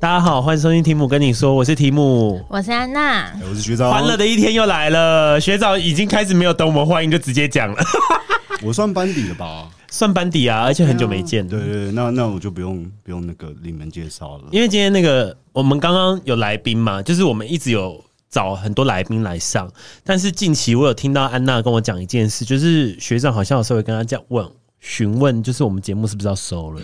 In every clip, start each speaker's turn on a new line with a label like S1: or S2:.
S1: 大家好，欢迎收听提姆跟你说，我是提姆。
S2: 我是安娜，
S3: 我是学长，
S1: 欢乐的一天又来了，学长已经开始没有等我们欢迎，就直接讲了，
S3: 我算班底了吧？
S1: 算班底啊，而 且很久没见。
S3: 对对对，那那我就不用不用那个你们介绍了。
S1: 因为今天那个我们刚刚有来宾嘛，就是我们一直有找很多来宾来上，但是近期我有听到安娜跟我讲一件事，就是学长好像有稍微跟他讲问询问，就是我们节目是不是要收了？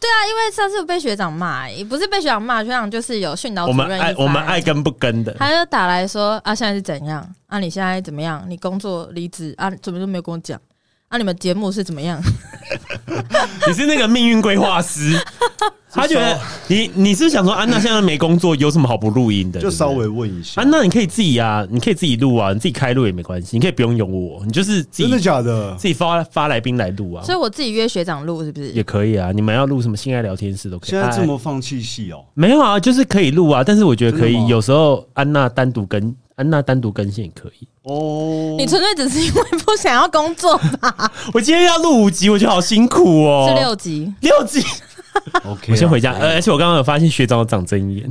S2: 对啊，因为上次被学长骂，也不是被学长骂，学长就是有训导
S1: 我
S2: 主
S1: 们
S2: 任一
S1: 爱
S2: 番
S1: 我们爱，跟不跟的，
S2: 他就打来说啊，现在是怎样？啊，你现在怎么样？你工作离职啊？怎么都没有跟我讲？啊，你们节目是怎 么样？
S1: 你是那个命运规划 师，他觉得你你是不是想说安娜现在没工作，有什么好不录音的？对
S3: 就
S1: 不对
S3: 稍微问一下
S1: 啊，，那你可以自己啊，你可以自己录啊，你自己开录也没关系，你可以不用有我，你就是自
S3: 真
S1: 己
S3: 的假的？
S1: 自己发发来宾来录啊，
S2: 所以我自己约学长录是不是？
S1: 也可以啊。你们要录什么性爱聊天室都可以。
S3: 现在这
S1: 哎
S3: 么放弃戏哦？
S1: 没有啊，就是可以录啊，但是我觉得可
S3: 真的
S1: 以，
S3: 吗
S1: 有时候安娜单独跟安娜单独更新也可以。
S3: 哦，
S2: 你纯粹只是因为不想要工作吧？
S1: 我今天要录五集，我觉得好辛苦 哦，
S2: 是六级，
S1: 六集，
S3: OK？
S1: 我先回家。
S3: 好
S1: 呃而且我刚刚有发现学长有长真眼，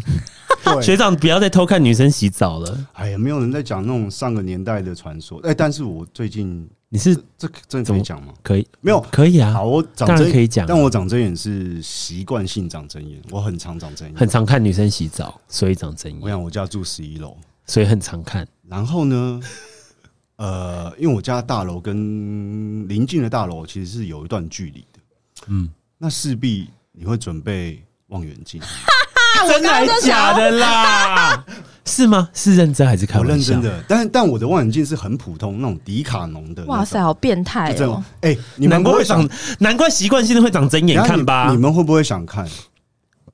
S3: 对
S1: 学长不要再偷看女生洗澡了。
S3: 哎呀，没有人在讲那种上个年代的传说。哎，但是我最近
S1: 你是
S3: 这个真
S1: 怎
S3: 的可
S1: 么
S3: 以讲吗？
S1: 可以
S3: 没有
S1: 可以啊
S3: 好，，我长
S1: 当然
S3: 真
S1: 可以讲啊
S3: 但我长真眼是习惯性长真眼，我很常长真眼。
S1: 很常看女生洗澡，所以长真
S3: 我
S1: 眼，
S3: 想我家住十一楼，
S1: 所以很常看。
S3: 然后呢，呃，因为我家大楼跟邻近的大楼其实是有一段距离的，
S1: 嗯
S3: 嗯，那势必你会准备望远镜。
S1: 真的还假的啦？是吗？是认真还是开
S3: 我认
S1: 玩笑？
S3: 真的，但但我的望远镜是很普通那种迪卡侬的那种，
S2: 哇塞，好变态
S3: 就这
S2: 哦
S3: 种！。哎、你
S1: 难
S3: 们
S1: 怪
S3: 不
S1: 会
S3: 会想
S1: 长，难怪习惯性的会长睁眼
S3: 等一下
S1: 看吧
S3: 你？你们会不会想看？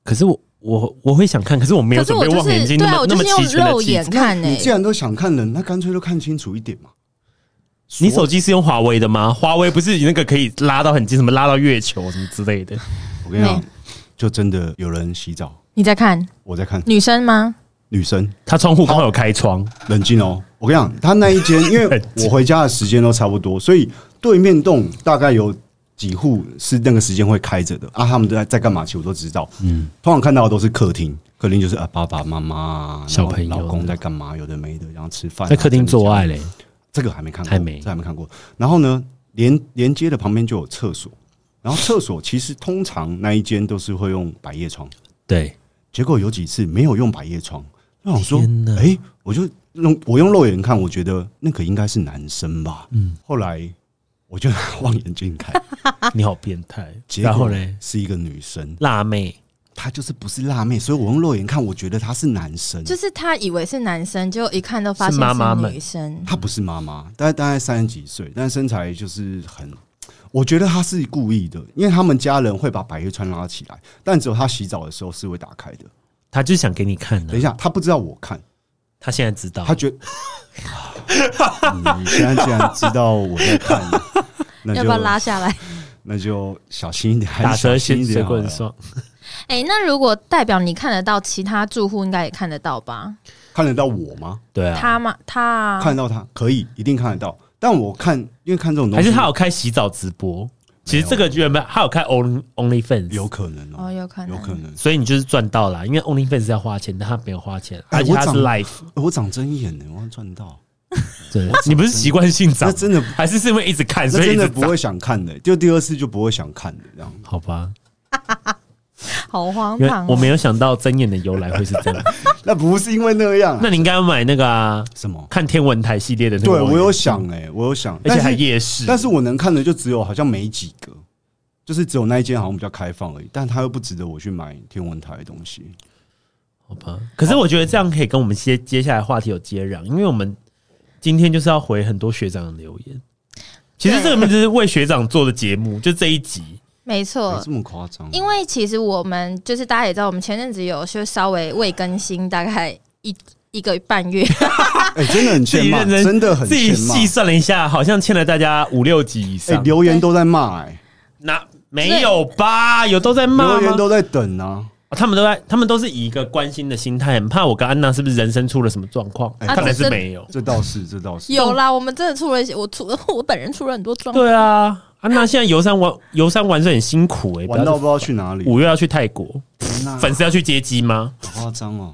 S1: 可是我我我会想看，可是我没有
S2: 可是
S1: 准
S2: 我
S1: 备
S2: 就
S1: 望远
S2: 是
S1: 镜
S2: 对
S1: 那
S2: 啊，
S1: 么
S2: 我
S1: 那
S2: 就
S1: 么
S2: 是用
S1: 齐全的
S2: 肉
S1: 机
S2: 眼
S1: 子。
S2: 看欸呢
S3: 你。既然都想看了，那干脆就看清楚一点嘛。
S1: 你手机是用华为的吗？华为不是那个可以拉到很近，什么拉到月球什么之类的？
S3: 我跟你讲
S2: 没，
S3: 就真的有人洗澡，
S2: 你在看
S3: 我在看
S2: 女生
S1: 嗯
S2: 吗？
S3: 女生。
S1: 他窗户刚好有开窗，
S3: 冷静哦，我跟你讲，他那一间， 因
S1: 哎
S3: 为我回家的时间都差不多，所以对面栋大概有几户是那个时间会开着的啊，他们都在在干嘛？其实我都知道。嗯，通常看到的都是客厅，客厅就是啊爸爸妈妈、
S1: 小朋友
S3: 然后老公在干嘛，有的没的，然后吃饭啊、
S1: 在客厅做爱
S3: 整理家，
S1: 嘞。
S3: 这个还没看过，
S1: 还没
S3: 这还没看过。然后呢，连连接的旁边就有厕所，然后厕所其实通常那一间都是会用百叶窗。
S1: 对，
S3: 结果有几次没有用百叶窗，那我说
S1: 天哪，
S3: 哎、我就用我用肉眼看，我觉得那个应该是男生吧。嗯，后来我就拿 望远镜看，
S2: 啊
S1: 你好变态。
S3: 结
S1: 然后
S3: 果
S1: 嘞，
S3: 是一个女生，
S1: 辣妹，
S3: 她就是不是辣妹，所以我用肉眼看，我觉得她是男生，
S2: 就是他以为是男生，结果一看都发现
S1: 是妈妈
S2: 是
S1: 们
S2: 女生。
S3: 她不是妈妈，大概大概三十几岁，但身材就是很。我觉得她是故意的，因为他们家人会把百叶窗拉起来，但只有她洗澡的时候是会打开的。
S1: 他就想给你看
S3: 等一
S1: 的。
S3: 下，她不知道我看，
S1: 他现在知
S2: 哦
S1: 道
S3: 他，觉得你现在既然知道我在看， 那
S2: 要
S3: 就
S2: 不要拉下来？
S3: 那就小心一点，还
S1: 打
S3: 是小
S1: 蛇
S3: 心
S1: 先
S3: 一
S1: 水
S3: 点好
S1: 棍
S3: 了。
S1: 霜。
S2: 哎、那如果代表你看得到，其他住户应该也看得到吧？
S3: 看得到我吗？
S1: 对啊，
S2: 他吗？他啊
S3: 看得到他，可以，一定看得到。但我看，因为看这种东
S1: 还
S3: 西，
S1: 是他有开洗澡直播？其实这个原本他有开 Only Only Fans，
S3: 有可能
S2: 哦，
S3: 哦，
S2: 有可能，
S3: 有可能。
S1: 所以你就是赚到了，因为 Only Fans 要花钱，但他没有花钱，
S3: 哎
S1: 而且他是
S3: 我长
S1: Life，
S3: 哎我长针眼呢，我要赚到，
S1: 对，你不是习惯性涨
S3: 那，真的，
S1: 还是是因为一直看，
S3: 那
S1: 所以一
S3: 真
S1: 直
S3: 的不
S1: 涨？
S3: 会想看的，就第二次就不会想看的这样。
S1: 好吧，
S2: 好荒
S1: 因为
S2: 唐、哦。
S1: 我没有想到睁眼的由来会是这 样。
S3: 那不是因为那样啊，
S1: 那你应该要买那个啊，
S3: 什么？
S1: 看天文台系列的那个
S3: 对
S1: 网页。
S3: 我有想哎，我有想，
S1: 而且还
S3: 但是
S1: 夜市，
S3: 但是我能看的就只有好像没几个，就是只有那一间好像比较开放而已，但它又不值得我去买天文台的东西。
S1: 好吧。啊可是我觉得这样可以跟我们接接下来话题有接壤，因为我们今天就是要回很多学长的留言。其实这个名字是为学长做的节目，就这一集。
S2: 没
S3: 有
S2: 错
S3: 哎这，么夸张？
S2: 哦
S3: 啊
S2: 因为其实我们就是大家也知道，我们前阵子有就稍微未更新，大概一一个半 月。
S3: 哎、真的很欠骂，
S1: 自己认真
S3: 真的很
S1: 自己
S3: 欠骂。
S1: 细算了一下，好像欠了大家五六集以
S3: 哎、
S1: 上。
S3: 留言都在骂、哎，
S1: 那没有吧？有都在 骂
S3: 留言
S1: 吗？哦
S3: 都在等啊。
S1: 他们都在，他们都是以一个关心的心态，很怕我跟安娜是不是人生出了什么状况？
S3: 哎
S1: 看来是
S2: 这
S1: 没有。
S3: 这倒是，这倒 是。
S2: 有啦，我们真的出了一些，我出我本人出了很多状况。
S1: 对啊，啊，那现在游山玩游山玩水很辛苦哎、欸，
S3: 玩到不知
S1: 要
S3: 道去哪里，
S1: 五月要去泰国，
S3: 天哪
S1: 粉丝要去接机吗？
S3: 好夸张哦！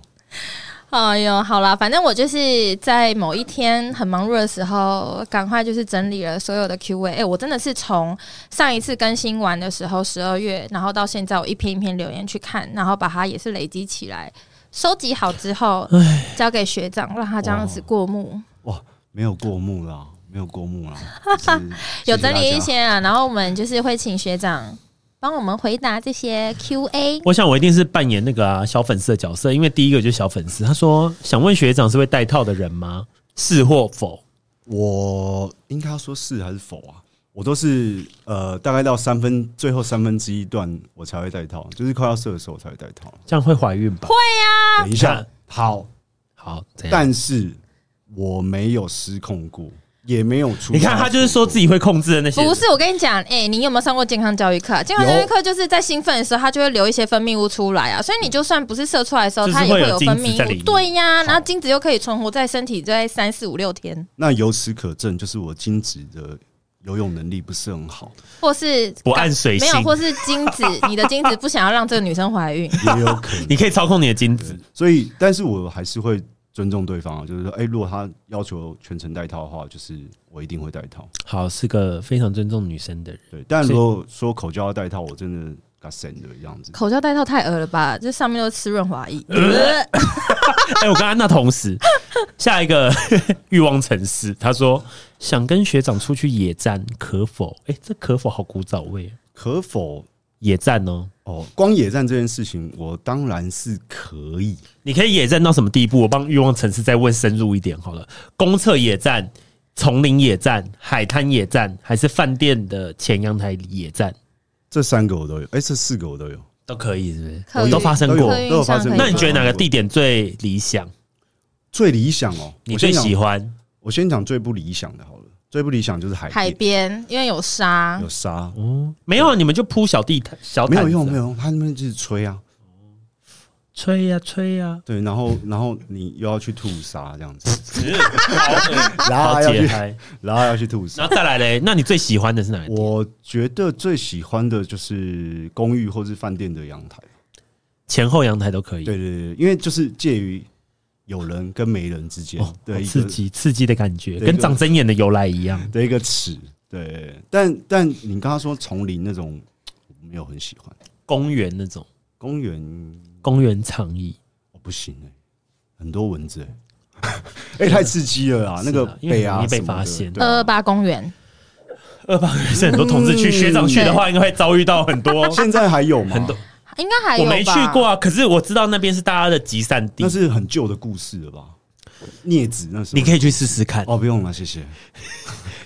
S2: 哎呦，好啦，反正我就是在某一天很忙碌的时候，赶快就是整理了所有的 Q&A。哎、我真的是从上一次更新完的时候，十二月，然后到现在，我一篇一篇留言去看，然后把它也是累积起来，收集好之后，交给学长，让他这样子过目。
S3: 哇，没有过目啦，没有过目啦，就是
S2: 有整理一。
S3: 谢谢大家
S2: 些啊，然后我们就是会请学长帮我们回答这些 Q&A。
S1: 我想我一定是扮演那个啊小粉丝的角色，因为第一个就是小粉丝，他说想问学长是会戴套的人吗？是或否？
S3: 我应该要说是还是否啊？我都是呃，大概到三分最后三分之一段我才会戴套，就是快要射的时候我才会戴套。
S1: 这样会怀孕吧？
S3: 等一
S1: 啊
S3: 下，好，
S1: 好，怎样？
S3: 但是我没有失控过，也没有出。
S1: 你看他就是说自己会控制的那些人，
S2: 不是，我跟你讲，哎、你有没有上过健康教育课啊、健康教育课就是在兴奋的时候，它就会流一些分泌物出来啊，所以你就算不是射出来的时候，
S1: 就是
S2: 它也
S1: 会有
S2: 有
S1: 精
S2: 分
S1: 子在里
S2: 泌
S1: 面
S2: 物。对呀、然后精子又可以存活在身体在三四五六天，
S3: 那由此可证，就是我精子的游泳能力不是很好，
S2: 或是
S1: 不按水
S2: 没
S1: 性
S2: 有，或是精子， 你的精子不想要让这个女生怀孕。
S3: 也有可
S1: 你
S3: 能。
S1: 可以操控你的精子。
S3: 所以，但是我还是会尊重对方啊，就是说，哎、如果他要求全程戴套的话，就是我一定会戴套。
S1: 好，是个非常尊重女生的人。
S3: 对，但如果说口交要戴套，我真的嘎神的这样子。
S2: 口罩戴套太恶了吧？这上面都是吃润滑液。
S1: 哎、我跟安娜同时，下一个 欲望城市，他说想跟学长出去野战，可否？哎、这可否好古早味啊，
S3: 可否？
S1: 野战哦。
S3: 哦，光野战这件事情，我当然是可以。
S1: 你可以野战到什么地步？我帮欲望城市再问深入一点好了。公厕野战、丛林野战、海滩野战，还是饭店的前阳台野战
S3: 这三个我都有，哎、这四个我都有。
S1: 都可以，是不是？
S2: 客运
S1: 都发生过
S3: 都
S2: 呃客运
S3: 有有发
S2: 上
S3: 生
S2: 可
S3: 过
S2: 以
S1: 那你觉得哪个地点最理想？
S3: 最理想哦，
S1: 你
S3: 我先
S1: 最
S3: 讲
S1: 喜？欢？
S3: 我先讲最不理想的好了。最不理想就是海边
S2: 海边，因为有沙
S3: 有，沙，
S1: 没有，你们就铺小地毯、小
S3: 没
S1: 毯
S3: 有
S1: 子啊
S3: 用，没有用，他那边就是吹啊，
S1: 吹呀、吹呀、
S3: 对，然 后然后你又要去吐沙这样子，然后
S1: 好
S3: 还要
S1: 解
S3: 去，
S1: 开。
S3: 然后还要去吐沙
S1: 然。后再来嘞，那你最喜欢的是哪一点？
S3: 我觉得最喜欢的就是公寓或是饭店的阳台，
S1: 前后阳台都可以。
S3: 对对对，因为就是介于有人跟没人之间
S1: 哦，好
S3: 的一
S1: 刺
S3: 个
S1: 激刺激的感觉，
S3: 对
S1: 跟
S3: 一个
S1: 长针眼的由来一样。
S3: 的一个尺，对。但但你刚刚说丛林那种，我没有很喜欢。
S1: 公园那种
S3: 公园
S1: 公园长椅，
S3: 我不行哎、很多蚊子 哎、欸太刺激了啊！那个
S1: 是啊因为
S3: 被
S1: 很容
S3: 啊
S1: 易被
S3: 什么的
S1: 发现
S3: 对啊
S2: 二二八公园，
S1: 二八是很多同志去，学长去的话，应该会遭遇到很多。
S3: 现在还有吗？
S1: 很多
S2: 应该嗯还有
S1: 我
S2: 吧？
S1: 没去过啊，可是我知道那边是大家的集散地
S3: 那，是很旧的故事了吧？镊子那时候
S1: 你可以去试试看，
S3: 哦，不用了，谢谢。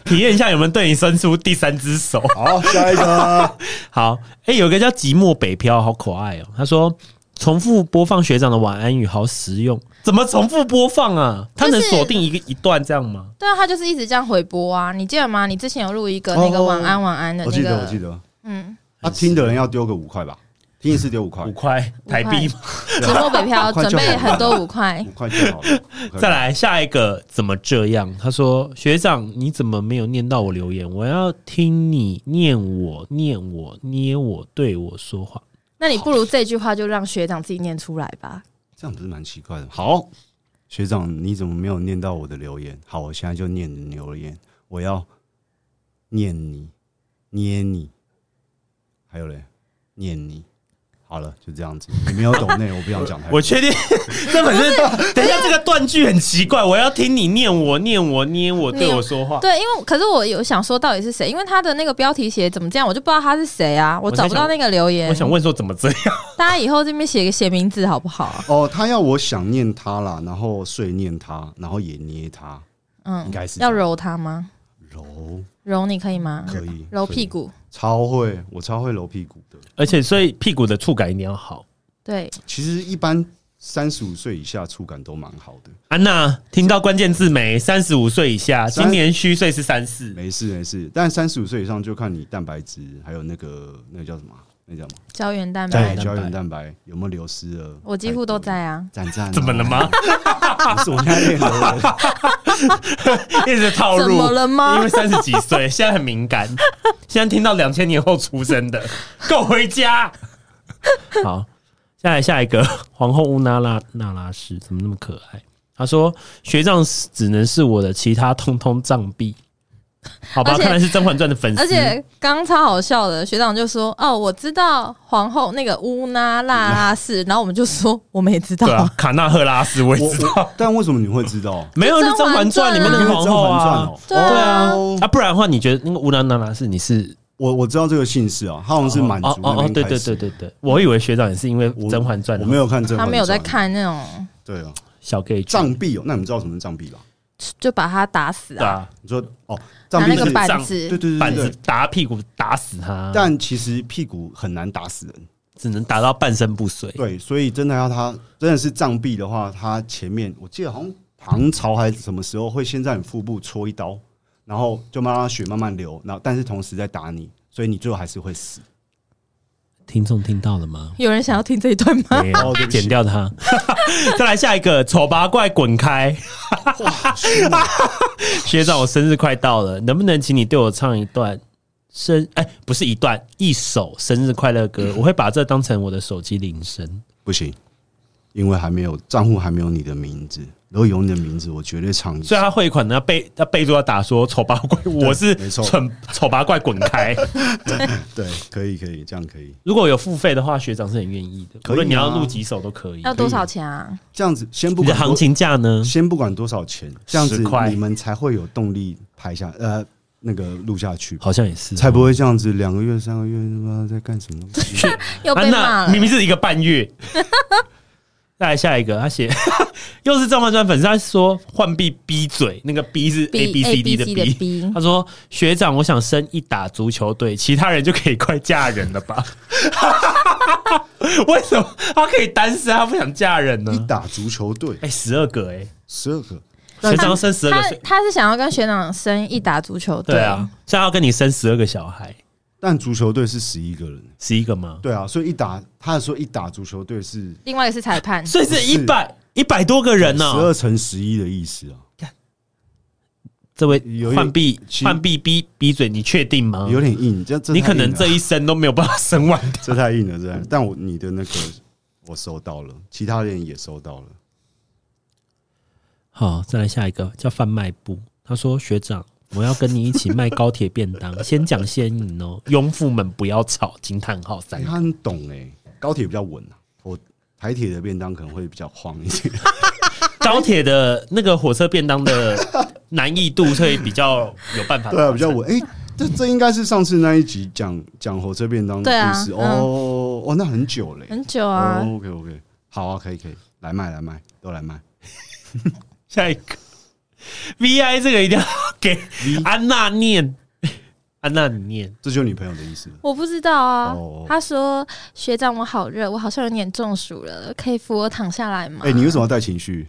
S1: 体验一下有没有对你伸出第三只手。
S3: 好，下一个
S1: 好，哎、有个叫寂寞北漂，好可爱哦、他说。重复播放学长的晚安语，好实用。怎么重复播放啊？他能
S2: 就是
S1: 锁定一个一段这样吗？
S2: 对啊，他就是一直这样回播啊。你记得吗？你之前有录一个那个
S3: 哦
S2: 晚安晚安的
S3: 我
S2: 那
S3: 记
S2: 个，
S3: 得，我记得，
S2: 嗯，
S3: 啊，听的人要丢个五块吧，听一次丢五块
S1: 五，块台币吗？
S2: 直播北漂
S3: 快
S2: 准
S3: 就
S2: 备
S3: 好了
S2: 很多五块
S3: 五，块就 好了。五块就好了
S1: 哎再，来下一个怎么这样？他说：“学长，你怎么没有念到我留言？我要听你念我、念我、捏我、对我说话。
S2: 那你不如这句话就让学长自己念出来吧。
S3: 这样不是蛮奇怪的。好，学长，你怎么没有念到我的留言？好，我现在就念你的留言，我要念你，捏你，还有嘞，念你。好了，就这样子。你没有懂 内，我不想讲太多。
S1: 我确定，这本身等一下这个断句很奇怪。我要听你念我、念我、捏我、对我说话。
S2: 对，因为可是我有想说到底是谁，因为他的那个标题写怎么这样，我就不知道他是谁啊，我找不到那个留言。
S1: 我想问说怎么这样？
S2: 大家以后这边写个写名字好不好啊？
S3: 哦，他要我想念他啦，然后碎念他，然后也捏他，应
S2: 嗯，
S3: 该是这
S2: 要
S3: 样
S2: 揉他吗？
S3: 揉，
S2: 揉你可以吗？
S3: 可以
S2: 揉
S3: 可以
S2: 屁股。
S3: 超会，我超会揉屁股的。
S1: 而且所以屁股的触感一定要好。
S2: 对，
S3: 其实一般三十五岁以下触感都蛮好的。
S1: 安娜听到关键字没？三十五岁以下，
S3: 三
S1: 今年虚岁是三四。
S3: 没事没事，但三十五岁以上就看你蛋白质还有那个那个叫什么啊那叫什么？
S2: 胶原蛋白
S3: 对，，胶原蛋白有没有流失了？
S2: 我几乎都在啊。
S3: 赞赞、
S1: 怎么了？吗？
S3: 不是我现在练流了，
S1: 一直套
S2: 怎
S1: 路，
S2: 么了吗
S1: 因为三十几 岁，现在很敏感，现在听到两千年后出生的，给我回家。好，下来下一个皇后乌拉拉那拉氏怎么那么可爱？他说学长只能是我的，其他通通杖毙。好吧，
S2: 而且
S1: 看来是《甄嬛传》的粉丝。
S2: 而且刚刚超好笑的，学长就说：“哦，我知道皇后那个乌拉那拉氏。”然后我们就说：“我们也知道
S1: 对
S2: 啊
S1: 啊，卡纳赫拉斯我也
S3: 我
S1: 知道，
S3: 我，但为什么你会知道？
S1: 没有是《
S2: 甄
S1: 甄
S2: 嬛
S1: 嬛传》
S2: 传
S1: 里面
S2: 啊
S1: 那
S3: 因
S1: 个
S3: 为《
S1: 皇
S3: 甄
S1: 后
S3: 嬛传》
S1: 啊
S3: 哦。
S2: 对啊
S3: 哦
S1: 啊，不然的话，你觉得那个乌拉那拉氏你是
S3: 我我知道这个姓氏啊，他好像是满
S1: 哦
S3: 族
S1: 哦哦，
S3: 那边
S1: 对
S3: 开
S1: 对
S3: 始
S1: 对对对，我以为学长也是因为《
S3: 我
S1: 甄嬛传》哦
S3: 我没有看
S1: 啊
S3: 甄嬛
S2: 他
S3: 传，
S2: 没有在看那种，
S3: 对啊，
S1: 小 gay 剧
S3: 藏币哦，那你们知道什么是藏币吧？
S2: 就把他打死
S1: 对
S2: 啊，
S1: 啊，
S3: 你说哦，
S2: 拿
S3: 藏
S2: 那
S3: 币
S1: 就是
S2: 个
S3: 是
S1: 板
S2: 板
S1: 杖
S2: 子
S3: 对对对
S1: 板
S3: 对
S1: 子
S3: 对，
S1: 打屁股打死他，
S3: 但其实屁股很难打死人，
S1: 只能打到半身不遂。
S3: 对，所以真的要他真的是藏币的话，他前面我记得好像唐朝还是什么时候会先在你腹部戳一刀，然后就慢慢让血慢慢流，然后但是同时在打你，所以你最后还是 会死。
S1: 听众听到了吗？
S2: 有人想要听这一段吗？
S1: 没有
S3: 哦对，不起
S1: 剪掉它。 再来下一个，丑八怪滚开！学长，我生日快到了，能不能请你对我唱一段生？哎、不是一段，一首生日快乐歌。
S3: 嗯
S1: 我会把这当成我的手机铃声。
S3: 不行，因为还没有账户还没有你的名字，如果有你的名字，我绝对唱一首
S1: 所以他汇款呢，备他备注要打说丑八怪，我是
S3: 没错
S1: 蠢丑八怪滚开。
S3: 对，可以可以，这样可以。
S1: 如果有付费的话，学长是很愿意的，
S3: 可以啊
S1: 无论你要录几首都可以。
S2: 要多少钱啊？
S3: 这样子先不
S1: 你的
S3: 管
S1: 行
S3: 多
S1: 情价呢？
S3: 先不管多少钱，这样子
S1: 10块
S3: 你们才会有动力拍下呃那个录下去，
S1: 好像也是
S3: 才不会这样子两个月三个月他妈在干什么东西？
S2: 又被
S1: 安
S2: 骂
S1: 娜
S2: 了
S1: 明。明是一个半 月。再来下一个，他写 又是《甄嬛传》粉丝，他说浣碧逼嘴，那个逼是
S2: B-
S1: A B C D 的
S2: A B C 的 B
S1: 他说学长，我想升一打足球队，其他人就可以快嫁人了吧？ 为什么他可以单身，他不想嫁人呢
S3: 一？打足球队
S1: 哎，十二个哎、
S3: 十二个，
S2: 啊
S1: 学长要生十二个
S2: 他
S1: 岁，
S2: 他是想要跟学长生一打足球队
S1: 对啊，，所以他要跟你生十二个小孩，
S3: 但足球队是十一个人，
S1: 十一个吗？
S3: 对啊，所以一打他说一打足球队是
S2: 另外一个是裁判，
S1: 所以是一百一百多个人哦
S3: 十
S1: 呢、
S3: 二乘十一的意思啊，
S1: 这位
S3: 有一
S1: 浣碧
S3: 其
S1: 浣碧逼逼嘴，你确定吗？
S3: 有点硬，这这
S1: 嗯你
S3: 太
S1: 可
S3: 硬
S1: 能
S3: 了
S1: 这一生都没有办法生完的。
S3: 这太硬了，这太但我你的那个我收到了，其他人也收到了，
S1: 好，再来下一个叫贩卖部，他说学长。我要跟你一起卖高铁便 当，先讲先赢哦，拥妇们不要吵！惊叹号
S3: 哎、
S1: 三 个，
S3: 他很懂哎、高铁比较稳啊，我台铁的便当可能会比较晃一 点。
S1: 高铁的那个火车便当的难易度会比较有办法，
S3: 对啊，比较稳。哎、这这应该是上次那一集讲讲火车便当的
S2: 对啊
S3: 故事、
S2: 嗯
S3: 哦、哦，那很久嘞、
S2: 很久啊。
S3: 哦、OK OK，好啊，可以可以，来卖来卖，都来卖。
S1: 下一个 VI 这个一定要给安娜念，安娜你念，
S3: 这就是你朋友的意思了。
S2: 我不知道啊。
S3: 哦
S2: 他说：“学长，我好热，我好像有点中暑了，可以扶我躺下来吗？”
S3: 哎、你为什么要带情绪？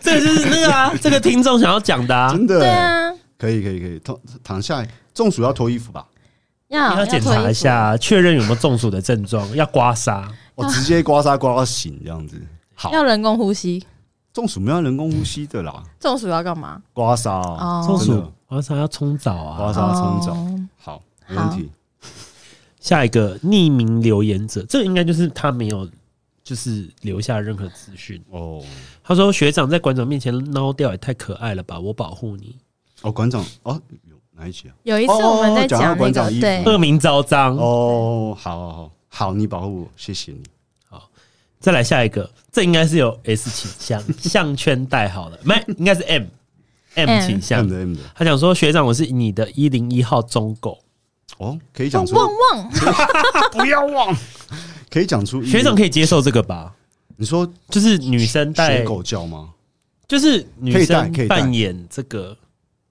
S1: 这个就是那个啊，这个听众想要讲的啊，
S3: 真的、哎
S2: 对啊，
S3: 可以可以可以，躺躺下来，中暑要脱衣服吧？
S2: 啊要
S1: 要检查一。下，啊确认有没有中暑的症状，要刮痧。
S2: 哦
S3: 我、哦直接刮痧刮到醒这样子。好
S2: 脱衣服，要人工呼吸，
S3: 中暑没有人工呼吸的啦，
S2: 中暑要干嘛？
S3: 刮痧、
S2: 哦
S1: 中
S3: 真
S1: 暑
S3: 的，
S1: 晚上要冲澡啊
S3: 刮。痧冲澡。
S2: 哦
S3: 好，没问题。
S1: 下一个匿名留言者，这个应该就是他没有就是留下任何资讯。
S3: 哦
S1: 他说：“学长在馆长面前孬掉也太可爱了吧，我保护你。
S3: 哦，馆长哦，有哪一集啊？
S2: 有一次我们在讲那
S3: 哦讲到馆
S2: 个
S3: 长衣服
S2: 对
S1: 恶名昭彰。
S3: 哦，好好好，好，你保护我，谢谢你。
S1: 再来下一个，这应该是有 S 倾向，项圈戴好了，没，应该是 M M
S2: M
S1: 倾
S3: M
S1: 向。
S3: 的 M 的
S1: 他想说，学长，我是你的一零一号忠狗。
S3: 哦，可以讲
S2: 汪
S3: 出
S2: 汪汪，啊
S3: 不要忘， 可以讲出
S1: 学长可以接受这个吧？
S3: 你说
S1: 就是女生戴
S3: 学，狗叫吗
S1: 就是女生
S3: 可以戴可以戴
S1: 扮演这个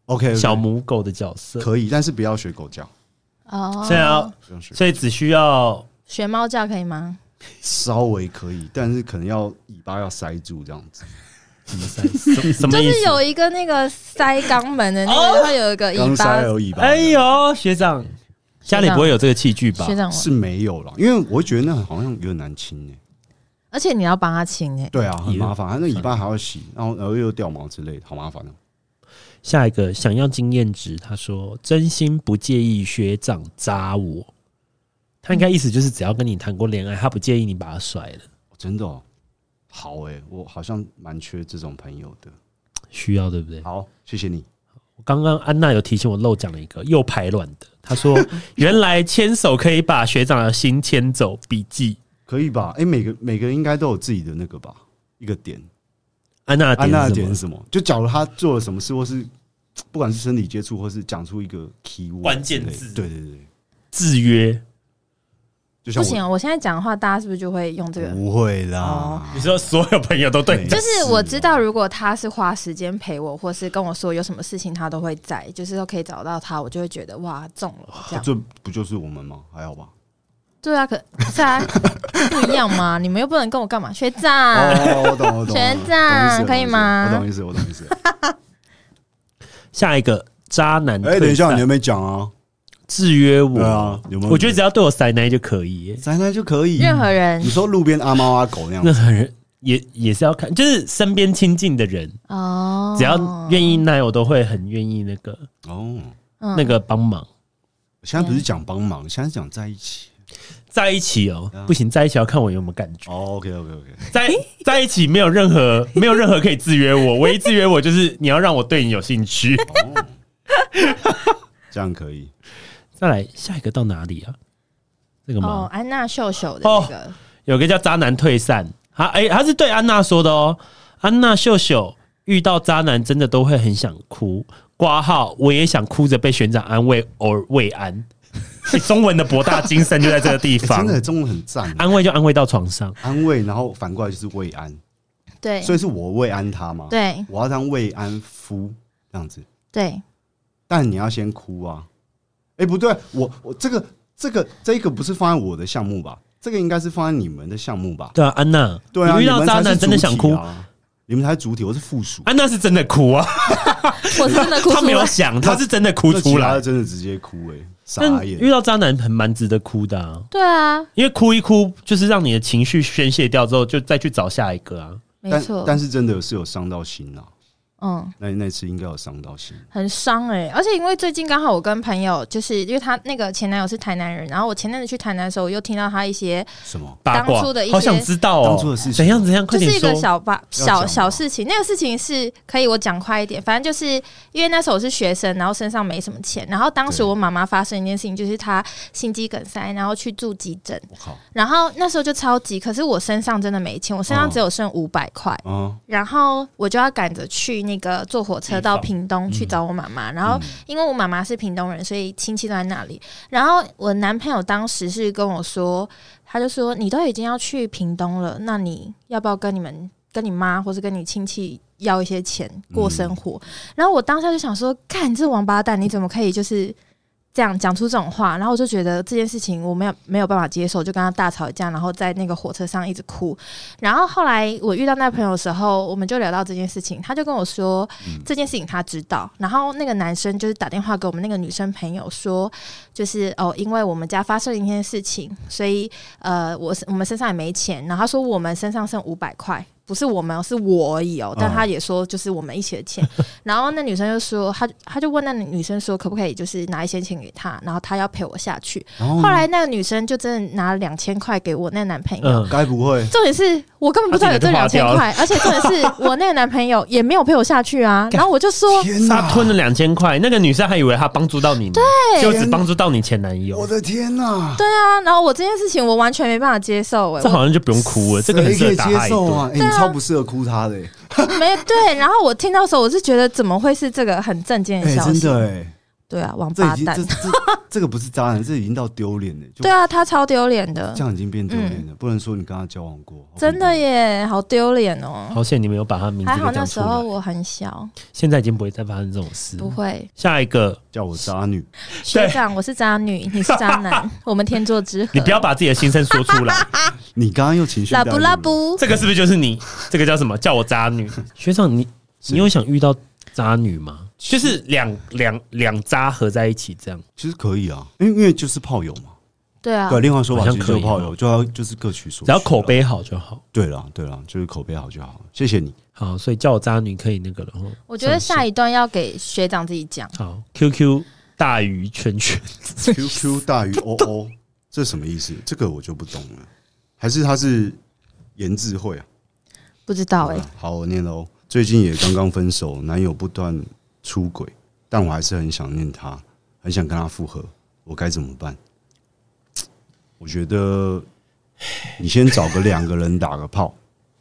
S3: ？OK，
S1: 小母狗的角色，
S3: 可以，但是不要学狗叫，
S2: 哦，
S1: 所以要，
S3: 不用学，
S1: 所以只需要
S2: 学猫叫可以吗？
S3: 稍微可以，但是可能要尾巴要塞住这样子。
S1: 什么塞 什什么
S2: 就
S1: 意
S2: 是
S1: 思？
S2: 有一个那个塞肛门的那个，然后有一个
S3: 刚
S2: 尾
S3: 塞
S2: 巴
S1: 哎
S3: 有尾巴，
S1: 哎呦，学长，家里不会有这个器具吧
S2: 学？长，
S3: 是没有了，因为我会觉得那好像有点难清诶、
S4: 而且你要帮他清
S2: 欸
S4: 哎、
S3: 对啊，很麻烦，它那尾巴还要洗，然后然后又掉毛之类的，好麻烦哦、
S1: 下一个想要经验值，他说真心不介意学长扎我，他应该意思就是只要跟你谈过恋爱，他不介意你把他甩了，
S3: 真的、哦，好诶、我好像蛮缺这种朋友的。
S1: 需要对不对？
S3: 好，谢谢你。
S1: 刚刚安娜有提醒我漏讲了一个又排卵的，她 说原来牵手可以把学长的心牵走，笔记。
S3: 可以吧？哎、每个每个人应该都有自己的那个吧，一个点。
S1: 安娜的
S3: 安娜的
S1: 啊点
S3: 点
S1: 是
S3: 是
S1: 什么？
S3: 什么？就假如他做了什么事，或是不管是身体接触，或是讲出一个 key word
S1: 关键
S3: 之类
S1: 字
S3: 对对对，
S1: 制约。
S3: 就像
S2: 不
S3: 我嗯
S2: 行，我现在讲话，大家是不是就会用这个？
S3: 不会
S4: 哦
S3: 啦，
S1: 你说所有朋友都对你
S3: 对
S2: 就是我知道，如果他是花时间陪我，或是跟我说有什么事情，他都会在，就是都可以找到他，我就会觉得哇中了这样。
S3: 这不就是我们吗？还好吧。
S2: 对啊，可 是啊，不一样嘛，你们又不能跟我干嘛，学长。
S3: 哦，我懂，我懂。
S2: 学
S3: 我
S2: 长
S3: 懂懂意思
S2: 啊可以吗
S3: 我懂意思，我懂 意思。
S1: 下一个渣男退散，
S3: 哎，等一下，你还没讲啊？
S1: 制约我
S3: 对啊，有没有？
S1: 我觉得只要对我塞奶就可以耶，
S3: 宅男就可以。
S2: 任何人
S3: 你说路边阿猫阿狗那样
S1: 那，很人也也是要看，就是身边亲近的人，
S2: 哦，
S1: 嗯只要愿意耐，我都会很愿意那个
S3: 哦，
S2: 嗯
S1: 那个帮忙。
S3: 现在不是讲帮忙，现在是讲在一起。
S1: 在一起哦，不行，在一起要看我有没有感觉。
S3: 嗯哦，OK，OK，OK。
S1: 在在一起没有任何没有任何可以制约 我，唯一制约我就是你要让我对你有兴趣。
S3: 哦，这样可以。
S1: 再来下一个到哪里啊？这个
S2: 哦
S1: 吗？，
S2: 安娜秀秀的那个，
S1: 有个叫渣男退散，他哎、他是对安娜说的哦。安娜秀秀遇到渣男真的都会很想哭，挂号我也想哭着被学长安慰而慰安。你中文的博大精深就在这个地
S3: 欸
S1: 方
S3: 真，的中文很赞，
S1: 安慰就安慰到床上。
S3: 安慰，然后反过来就是慰安，
S2: 对
S3: 所以是我慰安他嘛？，
S2: 对
S3: 我要当慰安夫这样子，
S2: 对，
S3: 但你要先哭啊！哎、不对，我我这个这个这个不是放在我的项目吧？这个应该是放在你们的项目吧？
S1: 对啊，安娜，
S3: 对啊，
S1: 你遇
S3: 你
S1: 到
S3: 们
S1: 渣
S3: 才
S1: 男
S3: 是
S1: 真的想
S3: 主
S1: 哭
S3: 体，啊，你们才是主体，我是附属。
S1: 安娜是真的哭 啊，
S2: 我真的哭
S1: 她
S2: 出
S1: 没有
S2: 来。
S1: 想，她是真的哭
S3: 那
S1: 出
S3: 其他
S1: 来
S3: 的。真的直接哭哎、傻
S1: 但遇
S3: 眼。
S1: 到渣男很蛮值得哭的啊，
S2: 对啊，
S1: 因为哭一哭就是让你的情绪宣泄掉之后，就再去找下一个啊。
S2: 没
S3: 但
S2: 错，
S3: 但是真的有是有伤到心啊，
S2: 嗯。
S3: 那那次应该有伤到心。
S2: 很伤哎、而且因为最近刚好我跟朋友，就是因为他那个前男友是台南人，然后我前阵子去台南的时候，我又听到他一些
S3: 什么？
S1: 八卦
S2: 当初的一，些
S1: 好想知道
S3: 当初
S1: 哦
S3: 的事，情
S1: 怎样怎样，快
S2: 就
S1: 点
S2: 是一个
S1: 说。
S2: 小吧
S3: 要讲哦
S2: 小
S3: 吗
S2: 小事情，那个事情是可以我讲快一点，反正就是因为那时候我是学生，然后身上没什么钱，然后当时
S3: 对
S2: 我妈妈发生一件事情，就是她心肌梗塞，然后去住急诊，
S3: 我靠！
S2: 然后那时候就超级，可是我身上真的没钱，我身上
S3: 哦
S2: 只有剩五百块，
S3: 啊，
S2: 然后我就要赶着去那个坐火车到屏东
S3: 嗯
S2: 去找我妈妈。然后因为我妈妈是屏东人，所以亲戚都在那里。然后我男朋友当时是跟我说，他就说你都已经要去屏东了，那你要不要跟你们、跟你妈或是跟你亲戚要一些钱过生活？嗯然后我当下就想说，看你这王八蛋，你怎么可以就是。这样讲出这种话，然后我就觉得这件事情我没有没有办法接受，就跟他大吵一架，然后在那个火车上一直哭。然后后来我遇到那朋友的时候，我们就聊到这件事情，他就跟我说、这件事情他知道。然后那个男生就是打电话给我们那个女生朋友说，就是哦，因为我们家发生了一件事情，所以呃，我我们身上也没钱。然后他说我们身上剩五百块。不是我们哦，是我而已哦。但他也说，就是我们一起的钱。然后那女生就说，他他就问那女生说，可不可以就是拿一些钱给他，然后他要陪我下去。
S3: 然后呢
S2: 后来那个女生就真的拿了两千块给我那男朋友，
S1: 嗯，
S3: 该不会
S2: 重点是我根本不知道有这两千块，而且重点是我那个男朋友也没有陪我下去 啊。然后我就说，
S3: 天哪！
S1: 他吞了两千块，那个女生还以为她帮助到你，对，就只帮助到你前男
S3: 我
S1: 友。
S3: 的天呐、
S2: 对啊，然后我这件事情我完全没办法接受、欸，
S1: 这
S2: 我
S1: 好像就不用哭了，这个很
S3: 谁
S1: 适合
S3: 可以
S1: 打他
S3: 接
S1: 一
S3: 受
S1: 顿。
S3: 啊！哎、你超不适合哭他的、欸，
S2: 没对。然后我听到的时候，我是觉得怎么会是这个很震惊的
S3: 哎、
S2: 消
S3: 真
S2: 息？
S3: 的哎、
S2: 对啊，王
S3: 这
S2: 八
S3: 已经
S2: 蛋
S3: 这！ 这这个不是渣男，这已经到丢脸了，就
S2: 对啊，他超丢脸的
S3: 这，样已经变丢脸了、不能说你跟他交往过，好恐怖
S2: 真的耶，好丢脸哦。
S1: 好险你没有把她名字
S2: 还
S1: 给
S2: 好
S1: 讲
S2: 那
S1: 出
S2: 时候
S1: 来，
S2: 我很小，
S3: 嗯
S1: 现在已经不会再发生这种事。
S2: 不会。
S1: 下一个，
S3: 叫我渣女，
S2: 学长，我是渣女， 你是渣男，我们天作之合。
S1: 你不要把自己的心声说出来，
S3: 你刚刚又情绪
S2: 拉
S3: 带入
S2: 布
S3: 了
S2: 拉，布，
S1: 这个是不是就是你？这个叫什么？叫我渣女学长，你你有想遇到渣女吗？就是两两两扎合在一起这样。
S3: 其实可以啊，因为因为就是炮友嘛，
S2: 对啊，
S3: 对，另外说法
S1: 好像
S3: 其实就是
S1: 可以
S3: 炮友，就要就是各取所需
S1: 只
S3: 啦，
S1: 要口碑好就好。
S3: 对了对了，就是口碑好就好。谢谢你，
S1: 好，所以叫我渣女可以那个了齁。
S2: 我觉得下
S1: 一
S2: 一段要给学长自己讲，
S1: 好 QQ 大于圈圈，
S3: QQ 大于 OO，这什么意思？这个我就不懂了。还是他是颜智慧啊？
S2: 不知道哎、
S3: 好，我念喽。最近也刚刚分手，男友不断出轨，但我还是很想念他，很想跟他复合，我该怎么办？我觉得你先找个两个人打个炮，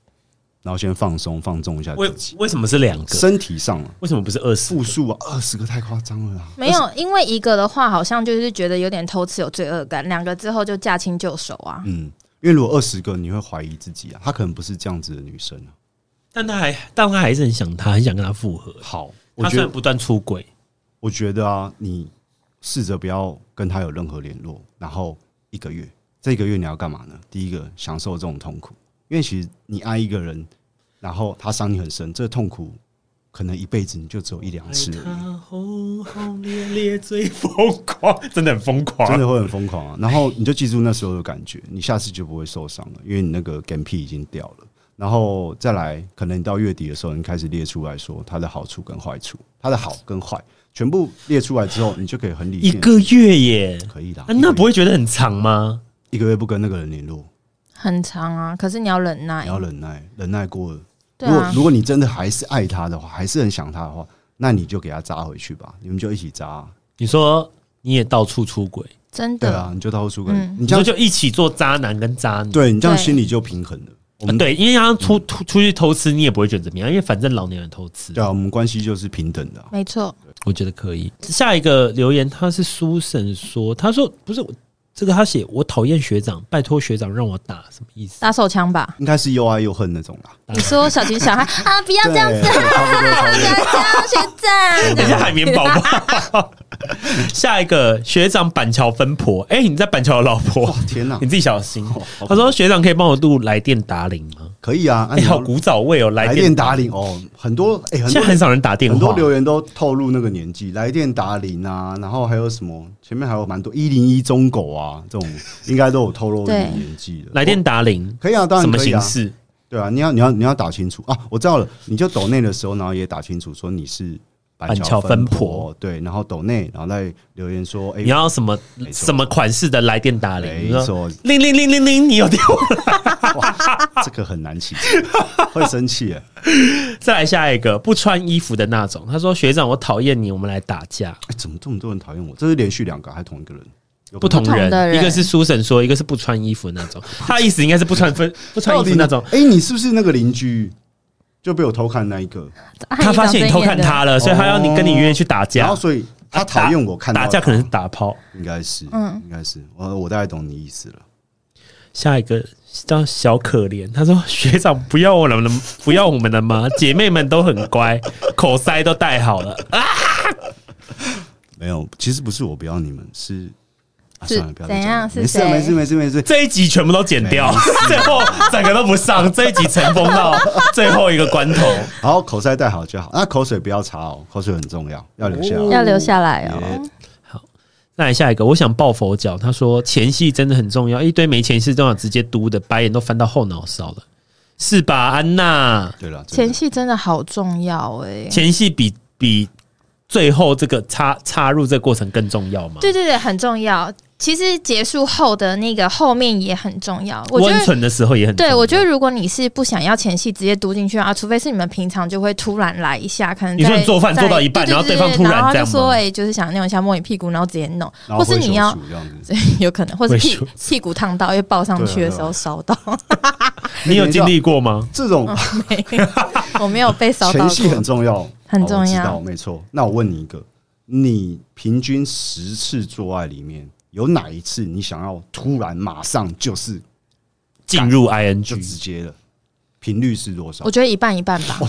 S3: 然后先放松放纵一下
S1: 为
S3: 自己，
S1: 为什么是两个？
S3: 身体上啊，
S1: 为什么不是二十
S3: 复？数啊，二十个太夸张了啊啦。
S2: 没有，因为一个的话，好像就是觉得有点偷吃有罪恶感；两个之后就驾轻就熟啊。
S3: 嗯，因为如果二十个，你会怀疑自己啊，她可能不是这样子的女生啊。
S1: 但他还，但他还是很想他，很想跟他复合。
S3: 好，我
S1: 他
S3: 觉
S1: 虽然
S3: 得
S1: 不断出轨，
S3: 我觉得啊，你试着不要跟他有任何联络，然后一个月，这一个月你要干嘛呢？第一个，享受这种痛苦，因为其实你爱一个人，然后他伤你很深，这个痛苦可能一辈子你就只有一
S1: 哎
S3: 两次而已，
S1: 他轰轰烈烈最疯狂， 真的很疯狂
S3: 真的会很疯狂啊。然后你就记住那时候的感觉，你下次就不会受伤了，因为你那个 game 皮已经掉了。然后再来，可能你到月底的时候，你开始列出来说它的好处跟坏处，它的好跟坏全部列出来之后，你就可以很理
S1: 一
S3: 性地
S1: 个月耶！
S3: 可以啦
S1: 啊，。那不
S3: 会
S1: 会觉得很长吗？
S3: 一个月不跟那个人联络，
S2: 很长啊，可是你要忍耐
S3: 你。要忍耐，忍耐过了。
S2: 对
S3: 如果
S2: 啊，
S3: 如果你真的还是爱他的话，还是很想他的话，那你就给他扎回去吧，你们就一起扎啊。
S1: 你说你也到处出轨，
S2: 真
S3: 对
S2: 的
S3: 啊，你就到处跟
S2: 嗯
S3: 你
S1: 你
S3: 这
S1: 说
S3: 样，
S1: 就一起做渣男跟渣女。
S3: 对你这样
S2: 对
S3: 心里就平衡了。
S1: 啊
S3: 我们
S1: 对，因为他出出出去偷吃，你也不会觉得怎么样，因为反正老年人偷吃。
S3: 对啊，我们关系就是平等的啊。
S2: 没错。
S1: 我觉得可以。下一个留言，他是苏神说，他说不是我这个，他写我讨厌学长，拜托学长让我打，什么意 思？
S2: 打手枪吧，
S3: 应该是又爱又恨那种啦。
S2: 你说小情小爱啊，不要这样子，
S3: 对差不多差 不多。
S2: 啊，学长，
S1: 你是海绵宝宝。下一个学长板桥分婆，哎、你在板桥有老 婆，
S3: 天哪
S1: 你，自己小心。
S3: 哦好
S1: 他说学长可以帮我录来电打铃吗？
S3: 可以啊，啊
S1: 哎、
S3: 你
S1: 好
S3: 要
S1: 古早味哦，来
S3: 来
S1: 电
S3: 电打铃哦，很多哎，很
S1: 现
S3: 多
S1: 在很少人打电
S3: 很
S1: 话
S3: 多。留言都透露那个年纪，来电打铃啊，然后还有什么？前面还有蛮多一零一中狗啊，这种应该都有透露那个
S2: 对
S3: 年纪的。
S1: 来电打铃
S3: 我可以啊，当
S1: 什
S3: 然
S1: 么
S3: 可以
S1: 形
S3: 啊，
S1: 式？
S3: 对啊，你要你要你要打清楚啊，我知道了，你就抖内的时候，然后也打清楚说你是板
S1: 板桥
S3: 桥
S1: 分
S3: 分
S1: 婆
S3: 婆，对，然后抖内，然后再留言说，哎、
S1: 你要什么
S3: 没错
S1: 什么款式的来电打铃？
S3: 没
S1: 你说
S3: 错，
S1: 铃铃铃铃铃，你有电话。
S3: 这个很难起， 会生气耶。
S1: 再来下一个不穿衣服的那种，他说学长我讨厌你，我们来打架。
S3: 哎、怎么这么多人讨厌我？这是连续两个，还同一个人，有可能
S1: 不同
S2: 不
S1: 人，
S2: 同的人
S1: 一个是书神说，一个是不穿衣服的那种。他的意思应该是不穿分不穿衣
S3: 到
S1: 服
S3: 底
S1: 的那 种。
S3: 哎、你是不是那个邻居就被我偷看那一个？
S1: 他发现你偷看他了，所以他要你跟你约去打
S3: 然
S1: 架
S3: 后。所以他
S1: 啊
S3: 讨厌我看到
S1: 打
S3: 他
S1: 架，可能是打炮。
S3: 应该是，
S2: 嗯
S3: 嗯，应该是，我我大概懂你意思了。
S1: 下一个叫小可怜，他说学长不要我们了，不要我们了吗？姐妹们都很乖，口塞都戴好了。
S3: 没有，其实不是我不要你们，是啊，
S2: 是
S3: 算了，不要再
S2: 怎
S3: 讲了
S2: 样是
S3: 没事
S2: 谁
S3: 没事没事没事，
S1: 这一集全部都剪掉，最后整个都不上。这一集尘封到最后一个关头。
S3: 好，口塞戴好就好。那口水不要擦哦，口水很重要，要留下来。
S2: 要留下来哦。
S3: Yeah
S1: 再来下一个，我想抱佛脚。他说前戏真的很重要，一堆没前戏都想直接嘟的，白眼都翻到后脑勺了，是吧，安娜？
S3: 对了，真
S2: 前
S3: 的
S2: 戏真的好重要哎、
S1: 前戏比比最后这个插插入这个过程更重要吗？
S2: 对对对，很重要。其实结束后的那个后面也很重要，我觉
S1: 温
S2: 得。
S1: 存的时候也很重要
S2: 对，我觉得如果你是不想要前戏直接读进去啊，除非是你们平常就会突然来一下，可能
S1: 你说
S2: 在
S1: 你做饭
S2: 在
S1: 做到一半
S2: 对
S1: 然后对方突然
S2: 然
S1: 这
S2: 后就
S1: 样吗
S2: 说哎、就是想弄一下摸你屁股，然后直接弄，
S3: 然
S2: 或
S3: 后
S2: 是
S3: 会
S2: 你
S3: 手
S2: 要
S3: 术这样子，
S2: 对， 有可能，或是
S1: 会
S2: 屁
S1: 说
S2: 屁股烫到，因为抱上去的时候
S3: 对啊对啊
S2: 烧到。
S1: 你有经历过吗？
S3: 这种
S1: 啊
S2: 我没有被烧到
S3: 前戏
S2: 哦过
S3: 很，重要，
S2: 很
S3: 好
S2: 重
S3: 我知
S2: 要
S3: 道没错。那我问你一个，你平均十次做爱里面，有哪一次你想要突然马上就是
S1: 进入
S3: 就直
S1: ing，
S3: 接了？频率是多少
S2: 我？觉得一半一半 吧。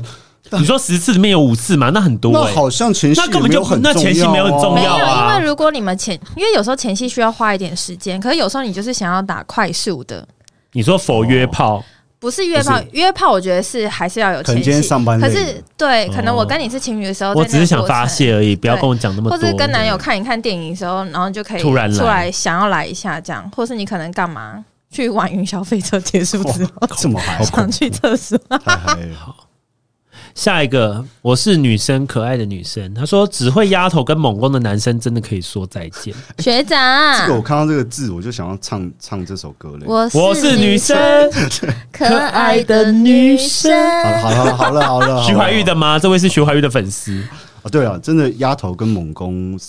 S1: 你说十次里面有五次嘛？那很多、
S3: 那
S1: 欸，
S3: 好像前戏
S1: 那根本
S3: 也没有
S1: 就
S3: 很
S1: 那前戏没有很重
S2: 没有，
S1: 要啊
S2: 因为如果你们前，因为有时候前戏需要花一点时间，可是有时候你就是想要打快速的，
S1: 你说否约炮，
S2: 不是约炮
S3: 不是，
S2: 约炮我觉得是还是要有
S3: 可
S2: 前
S3: 能
S2: 戏。
S3: 今天上班累
S2: 可
S3: 了
S2: 是对，可能
S1: 哦
S2: 我跟你是情侣的时候，
S1: 我
S2: 在
S1: 只是
S2: 那个
S1: 想
S2: 过
S1: 发
S2: 程
S1: 泄而已，不要
S2: 对
S1: 跟我讲那么
S2: 或
S1: 多。
S2: 是跟男友看一看电影的时候，然后就可以
S1: 突然来
S2: 出来想要来一下这样，或是你可能干嘛去玩云霄飞车结束之后，
S3: 这么嗨，
S2: 想去厕 所。
S3: 太嗨了！
S1: 下一个，我是女生，可爱的女生。她说，只会压头跟猛攻的男生真的可以说再见。
S2: 学
S3: 这
S2: 长
S3: 个我，看到这个字，我就想要唱唱这首歌嘞。
S2: 我
S1: 我是女生，
S2: 可
S1: 爱的女生
S3: 好了，好了，好了，好了好 了。
S1: 徐怀钰的吗？这位是徐怀钰的粉丝。
S3: 啊，对了，真的丫头跟猛攻，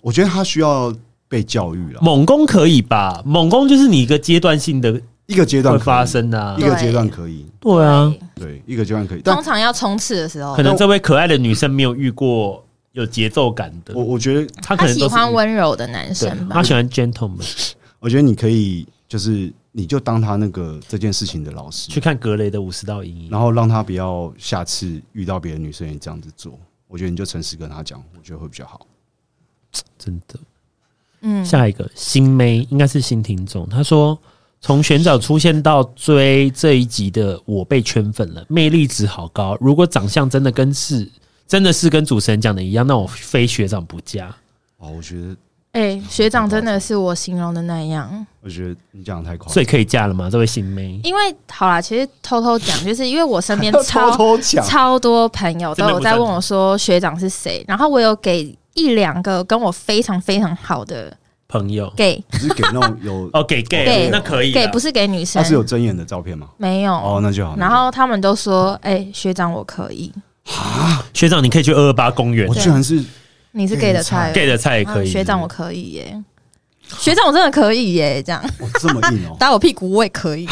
S3: 我觉得他需要被教育了。
S1: 猛攻可以吧？猛攻就是你一个阶段性的
S3: 一个阶段
S1: 会
S3: 可以
S1: 发，生的、啊
S3: 一。个阶段可以，
S1: 对啊，
S3: 对，一个阶段可以。但
S2: 通常要冲刺的时候
S1: 可，能这位可爱的女生没有遇过有节奏感的
S3: 我，我觉得，
S1: 她可
S2: 他
S1: 能
S2: 喜
S1: 都是
S2: 欢温柔的男生吧
S1: 她？喜欢 gentleman。
S3: 我觉得你可以，就是你就当他那个这件事情的老师
S1: 去，看格雷的五十道阴影
S3: 然，后让他不要下次遇到别的女生也这样子做。我觉得你就诚实跟他讲，我觉得会比较好。
S1: 真的。
S2: 嗯，
S1: 下一个新妹应该是新听众，她说从选角出现到追这一集的我被圈粉了，魅力值好高。如果长相真的跟是真的是跟主持人讲的一样，那我非学长不嫁。
S3: 哦，我觉得，
S2: 哎，学长真的是我形容的那样。
S3: 我觉得你讲的太夸
S1: 所
S3: 张
S1: 以，可以嫁了吗？这位新妹
S2: 因为好啦，其实偷偷讲，就是因为我身边超
S3: 偷偷讲，
S2: 超多朋友都有在问我说学长是谁，然后我有给一两个跟我非常非常好的
S1: 朋友
S2: gay
S3: 只 是给那种 有，
S1: 哦，给 gay
S2: gay，
S1: 那可以啦
S2: gay，不是给女生
S3: 他，哦是有睁眼的照片吗？
S2: 没有。
S3: 哦，那就好。
S2: 然后他们都说：“哎、学长，我可以，
S1: 学长，你可以去二二八公园
S3: 我居然是
S2: 你是 gay 的菜哦。
S1: ，gay 的菜也嗯可以。
S2: 啊学长，我可以耶，学长我真的可以耶，这样
S3: 哇这么
S2: ，
S3: 硬哦
S2: 打我屁股我也可以。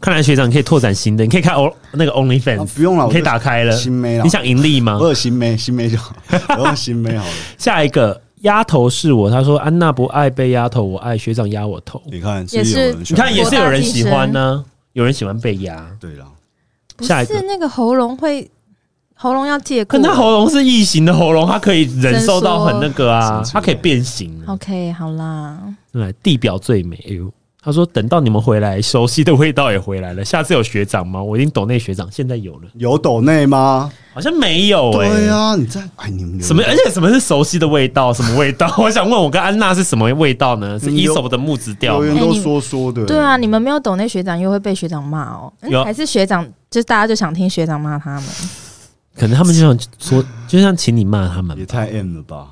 S1: 看来学长你可以拓展新的，你可以开 O 那个 OnlyFans，、
S3: 啊不用了，
S1: 你
S3: 我
S1: 可以
S3: 就
S1: 打开了。
S3: 新妹了。
S1: 你想盈利吗？
S3: 我有新妹，新妹就好，我用新妹好 了。
S1: 下一个丫头是我，她说安娜不爱被丫头，我爱学长压我头。
S3: 你看，
S2: 也
S3: 是
S2: 是
S3: 有人
S1: 你
S3: 喜欢
S1: 看也是有人喜欢呢、有人喜欢被压。
S3: 对了，
S2: 不
S1: 下一个
S2: 是那个喉咙会，喉咙要借
S1: 可
S2: 过。
S1: 他喉咙是异形的喉咙，它可以忍受到很那个啊
S3: 伸，缩
S1: 它可以变形。
S2: OK，好啦，
S1: 对，地表最美。哎呦，他说等到你们回来，熟悉的味道也回来了。下次有学长吗？我已经懂那学长，现在有了，
S3: 有抖内吗？
S1: 好像没有哎、
S3: 对呀，你在哎，你们
S1: 什么？而且什么是熟悉的味道？什么味道？ 我想问，我跟安娜是什么味道呢？是
S3: 你
S1: 一
S3: 有
S1: 手的木质调
S3: 留
S1: 吗？
S3: 言都说说的，
S2: 对啊，你们没有懂那学长又会被学长骂哦、嗯
S1: 有
S2: 还是学长就是大家就想听学长骂他们，
S1: 可能他们就想说，就像请你骂他们吧
S3: 也太 M 了吧？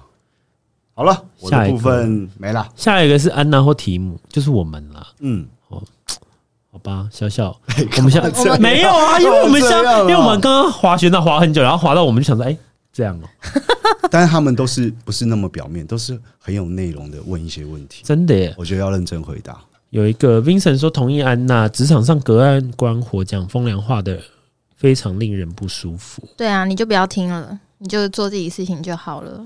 S3: 好了，我
S1: 下
S3: 的
S1: 一个
S3: 部分没了。
S1: 下一个是安娜或提姆，就是我们啦，
S3: 嗯，
S1: 好吧，小小，我们现
S3: 哎干嘛这
S1: 在
S3: 样
S1: 没有啊，因为我们现
S3: 干嘛这
S1: 在，
S3: 样啊
S1: 因为我们刚刚滑雪那滑很久，然后滑到我们就想说，哎、这样哦、
S3: 但是他们都是不是那么表面，都是很有内容的问一些问题，
S1: 真的耶。
S3: 我觉得要认真回答。
S1: 有一个 Vincent 说同意安娜，职场上隔岸观火讲风凉话的，非常令人不舒服，
S2: 对啊，你就不要听了，你就做自己事情就好了。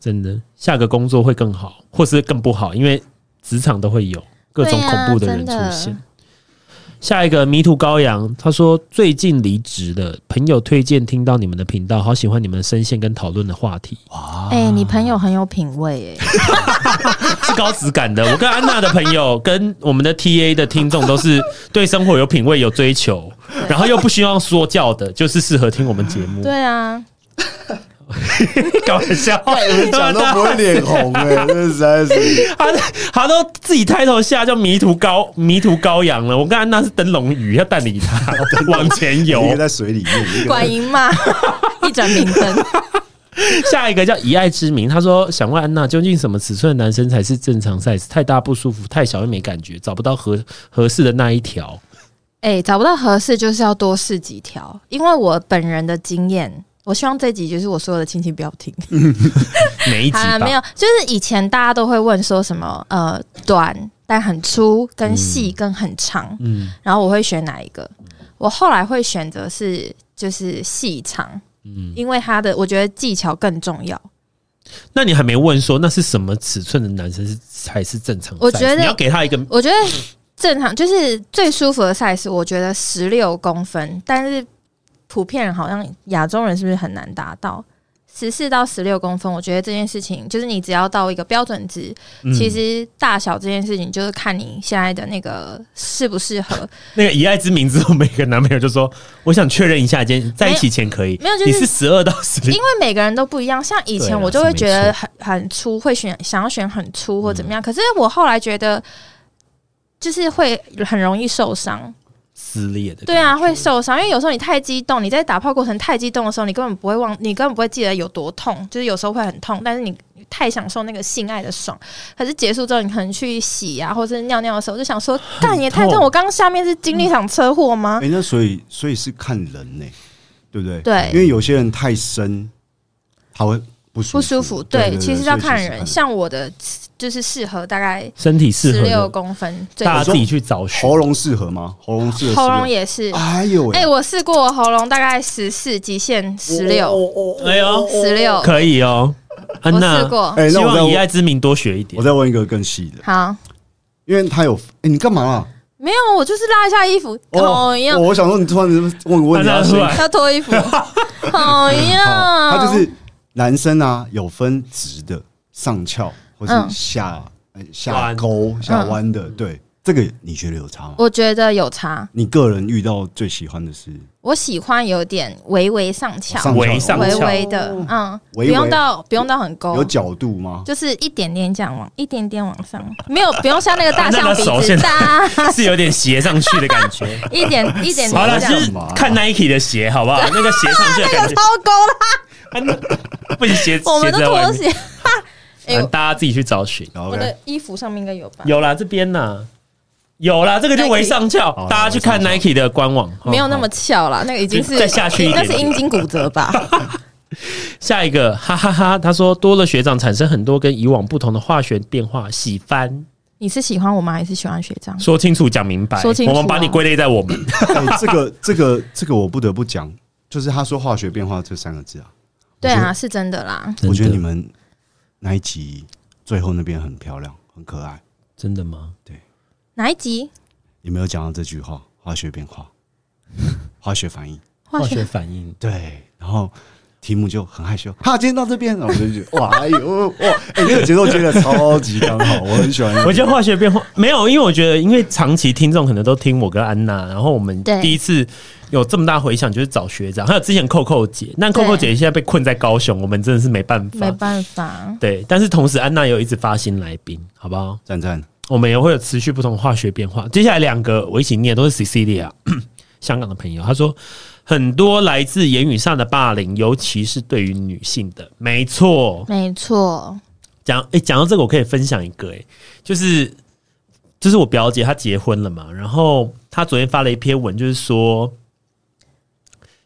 S1: 真的。下个工作会更好，或是更不好，因为职场都会有各种
S2: 对啊
S1: 恐怖的人出
S2: 真的
S1: 现。下一个迷途羔羊，他说最近离职了，朋友推荐听到你们的频道，好喜欢你们的声线跟讨论的话题。
S3: 哇，
S2: 哎、你朋友很有品味 哎、
S1: 是高质感的。我跟安娜的朋友，跟我们的 TA 的听众都是对生活有品味、有追 求，然后又不希望说教的，就是适合听我们节目。
S2: 对啊，
S1: 搞笑，
S3: 讲都不会脸红哎，这实在是
S1: 他他都自己抬头下就迷途羔迷途羔羊了。我跟安娜是灯笼鱼，要带领他往前
S3: 有
S1: 游
S3: 一个。在水里面， 一个
S2: 管
S3: 在
S2: 赢嘛，一盏明灯。
S1: 下一个叫以爱之名，他说想问安娜，究竟什么尺寸的男生才是正常 size？太大不舒服，太小又没感觉，找不到合合适的那一条。
S2: 哎、找不到合适就是要多试几条，因为我本人的经验。我希望这集就是我所有的亲戚不要听。
S1: 每一集
S2: 好了，
S1: 吧
S2: 啊没有，就是以前大家都会问说什么呃短但很粗，跟细跟很长，
S1: 嗯，
S2: 然后我会选哪一个？我后来会选择是就是细长，
S1: 嗯
S2: 因为它的我觉得技巧更重要。
S1: 那你还没问说那是什么尺寸的男生是才是正常 size？
S2: 我觉得
S1: 你要给他一个
S2: 我觉得正常就是最舒服的 size，我觉得十六公分，但是普遍人好像亚洲人是不是很难达到？十四到十六公分，我觉得这件事情就是你只要到一个标准值，
S1: 嗯
S2: 其实大小这件事情就是看你现在的那个适不适合。
S1: 那个以爱之名之后，每个男朋友就说：“我想确认一下，今天在一起前可以。”
S2: 没有就 是
S1: 你是十二到十
S2: 因
S1: 六，
S2: 为每个人都不一样，像以
S1: 对
S2: 前
S1: 啦
S2: 我就会
S1: 是
S2: 觉
S1: 没嗯
S2: 得很很粗，会选想要选很粗或怎么样。可是我后来觉得，就是会很容易受伤。
S1: 撕裂的。
S2: 对，啊，会受伤，因为有时候你太激动，你在打炮过程太激动的时候，你根本不会忘，你根本不会记得有多痛，就是有时候会很痛，但是你太享受那个性爱的爽，可是结束之后，你可能去洗啊，或者是尿尿的时候，就想说，干也太
S1: 痛
S2: 痛，我刚刚下面是经历一场车祸吗？
S3: 哎，那所以所以是看人呢，对不对？
S2: 对
S3: 因为有些人太深，他会不舒服。
S2: 不舒服，
S3: 对，
S2: 对，其实要看人，
S3: 像
S2: 像我的就是适合大概
S1: 身体适
S2: 十
S1: 合
S2: 六
S1: 的，
S2: 公分，最
S1: 大家自己去找寻
S3: 喉。咙适合吗？喉咙适合
S2: 喉
S3: 16
S2: 咙也是，
S3: 哎呦喂，
S2: 哎，我试过我喉咙大概十四，极限十六，
S1: 哎呦，
S2: 十六，
S1: 可以哦，安
S2: 我
S1: 娜
S2: 试。过，
S3: 哎，
S1: 希
S3: 那
S1: 望以
S3: 我
S1: 爱
S3: 再
S1: 之名多学一点
S3: 我。再问一个更细的，
S2: 好。
S3: 因为他有哎，你干嘛啦？
S2: 没有，我就是拉一下衣服，
S3: 哦
S2: 同样、
S3: 我想说你突然问个 问题，
S1: 安娜
S3: 要
S1: 出
S3: 先
S1: 来
S2: 要脱衣 服，同样。
S3: 好，他哦就是男生啊，有分直的上翘或
S2: 嗯
S3: 是下、呃下
S1: 弯
S3: 勾下弯的，对这个你觉得有差吗？
S2: 我觉得有差，
S3: 你个人遇到最喜欢的是
S2: 我喜欢有点微微上翘，
S3: 上
S1: 微上
S3: 翘
S2: 微
S1: 翘
S2: 微的，
S1: 哦
S2: 嗯，
S3: 微微
S2: 不用到不用到很勾
S3: 有，角度吗？
S2: 就是一点点这样往一点点往上，没有不用像那个 大
S1: 那
S2: 象
S1: 个手
S2: 鼻
S1: 现
S2: 子
S1: 在
S2: 大，
S1: 是有点斜上去的感 觉。
S2: 一 点一点
S1: 好了，
S2: 点这
S1: 就
S2: 样。
S1: 是看 Nike 的鞋好不好？那个斜上去的感 觉
S2: 超勾了，
S1: 安娜，不行，鞋
S2: 我
S1: 鞋
S2: 们都
S1: 在外
S2: 脱
S1: 面，
S2: 鞋。哎
S1: 反正
S2: 呦，
S1: 大家自己去找寻。
S3: 然后
S2: 我的衣服上面应该有吧？
S1: 有啦，这边呐，有啦，这个就为上翘
S3: 好，啦
S1: 大家去看
S3: 微哦上
S1: Nike 的官网。哦
S2: 没有那么翘啦，那个已经是
S1: 再下去一点
S4: 那是阴茎骨折吧？
S1: 下一个，哈哈哈他说多了学长，产生很多跟以往不同的化学变化，喜翻。
S2: 你是喜欢我吗？还是喜欢学长？
S1: 说清楚，讲明白，
S2: 说清楚啊
S1: 我们把你归类在我们。
S3: 哎这个这个这个我不得不讲，就是他说化学变化这三个字啊，
S2: 对
S3: 我觉
S2: 啊，
S3: 得
S2: 是真的啦。
S3: 我觉得你们那一集最后那边很漂亮，很可爱，
S1: 真的吗？
S2: 哪一集？
S3: 你没有讲到这句话，化学变化，化学反应。
S2: 化
S1: 化
S2: 学
S1: 学反应，
S3: 对，然后题目就很害羞。哈，今天到这边，然后我就觉得哇，哎呦，哇，哎、那个节奏接的超级刚好，我很喜欢。
S1: 我觉得化学变化没有，因为我觉得，因为长期听众可能都听我跟安娜，然后我们
S2: 对
S1: 第一次有这么大回响，就是找学长，还有之前扣扣姐，但扣扣姐现在被困在高雄，我们真的是没办
S2: 没
S1: 法。
S2: 办法，
S1: 对，但是同时安娜有一直发新来宾，好不好？
S3: 赞赞，
S1: 我们也会有持续不同的化学变化。接下来两个我一起念都是 Cecilia 香港的朋友，他说很多来自言语上的霸凌，尤其是对于女性的，没错，
S2: 没错，
S1: 讲诶，讲、到这个，我可以分享一个诶、就是就是我表姐她结婚了嘛，然后她昨天发了一篇文，就是说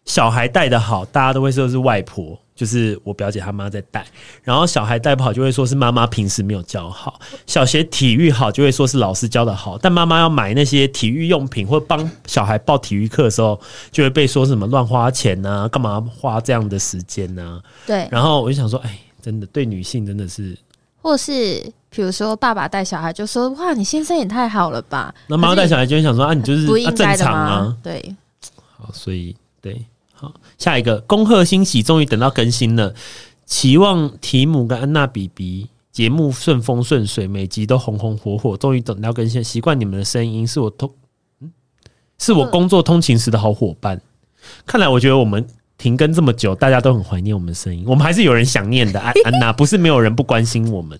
S1: 小孩带的好，大家都会说是外婆，就是我表姐她妈在带；然后小孩带不好，就会说是妈妈平时没有教好；小学体育好，就会说是老师教的好，但妈妈要买那些体育用品或帮小孩报体育课的时候，就会被说什么乱花钱呐、干嘛花这样的时间呐、
S2: 对，
S1: 然后我就想说，哎，真的对女性真的是。
S2: 或是比如说爸爸带小孩就说哇，你先生也太好了吧，
S1: 那妈妈带小孩就会想说啊，你就是
S2: 不
S1: 啊
S2: 应
S1: 正
S2: 该的
S1: 常
S2: 吗
S1: 啊，？
S2: 对，
S1: 好，所以对，好，下一个恭贺新喜，终于等到更新了，期望提姆跟安娜比比。节目顺风顺水，每集都红红火火，终于等到更新了。习惯你们的声音，是我通，嗯，是我工作通勤时的好伙伴。看来，我觉得我们停更这么久，大家都很怀念我们的声音。我们还是有人想念 的，安安娜不是没有人不关心我们。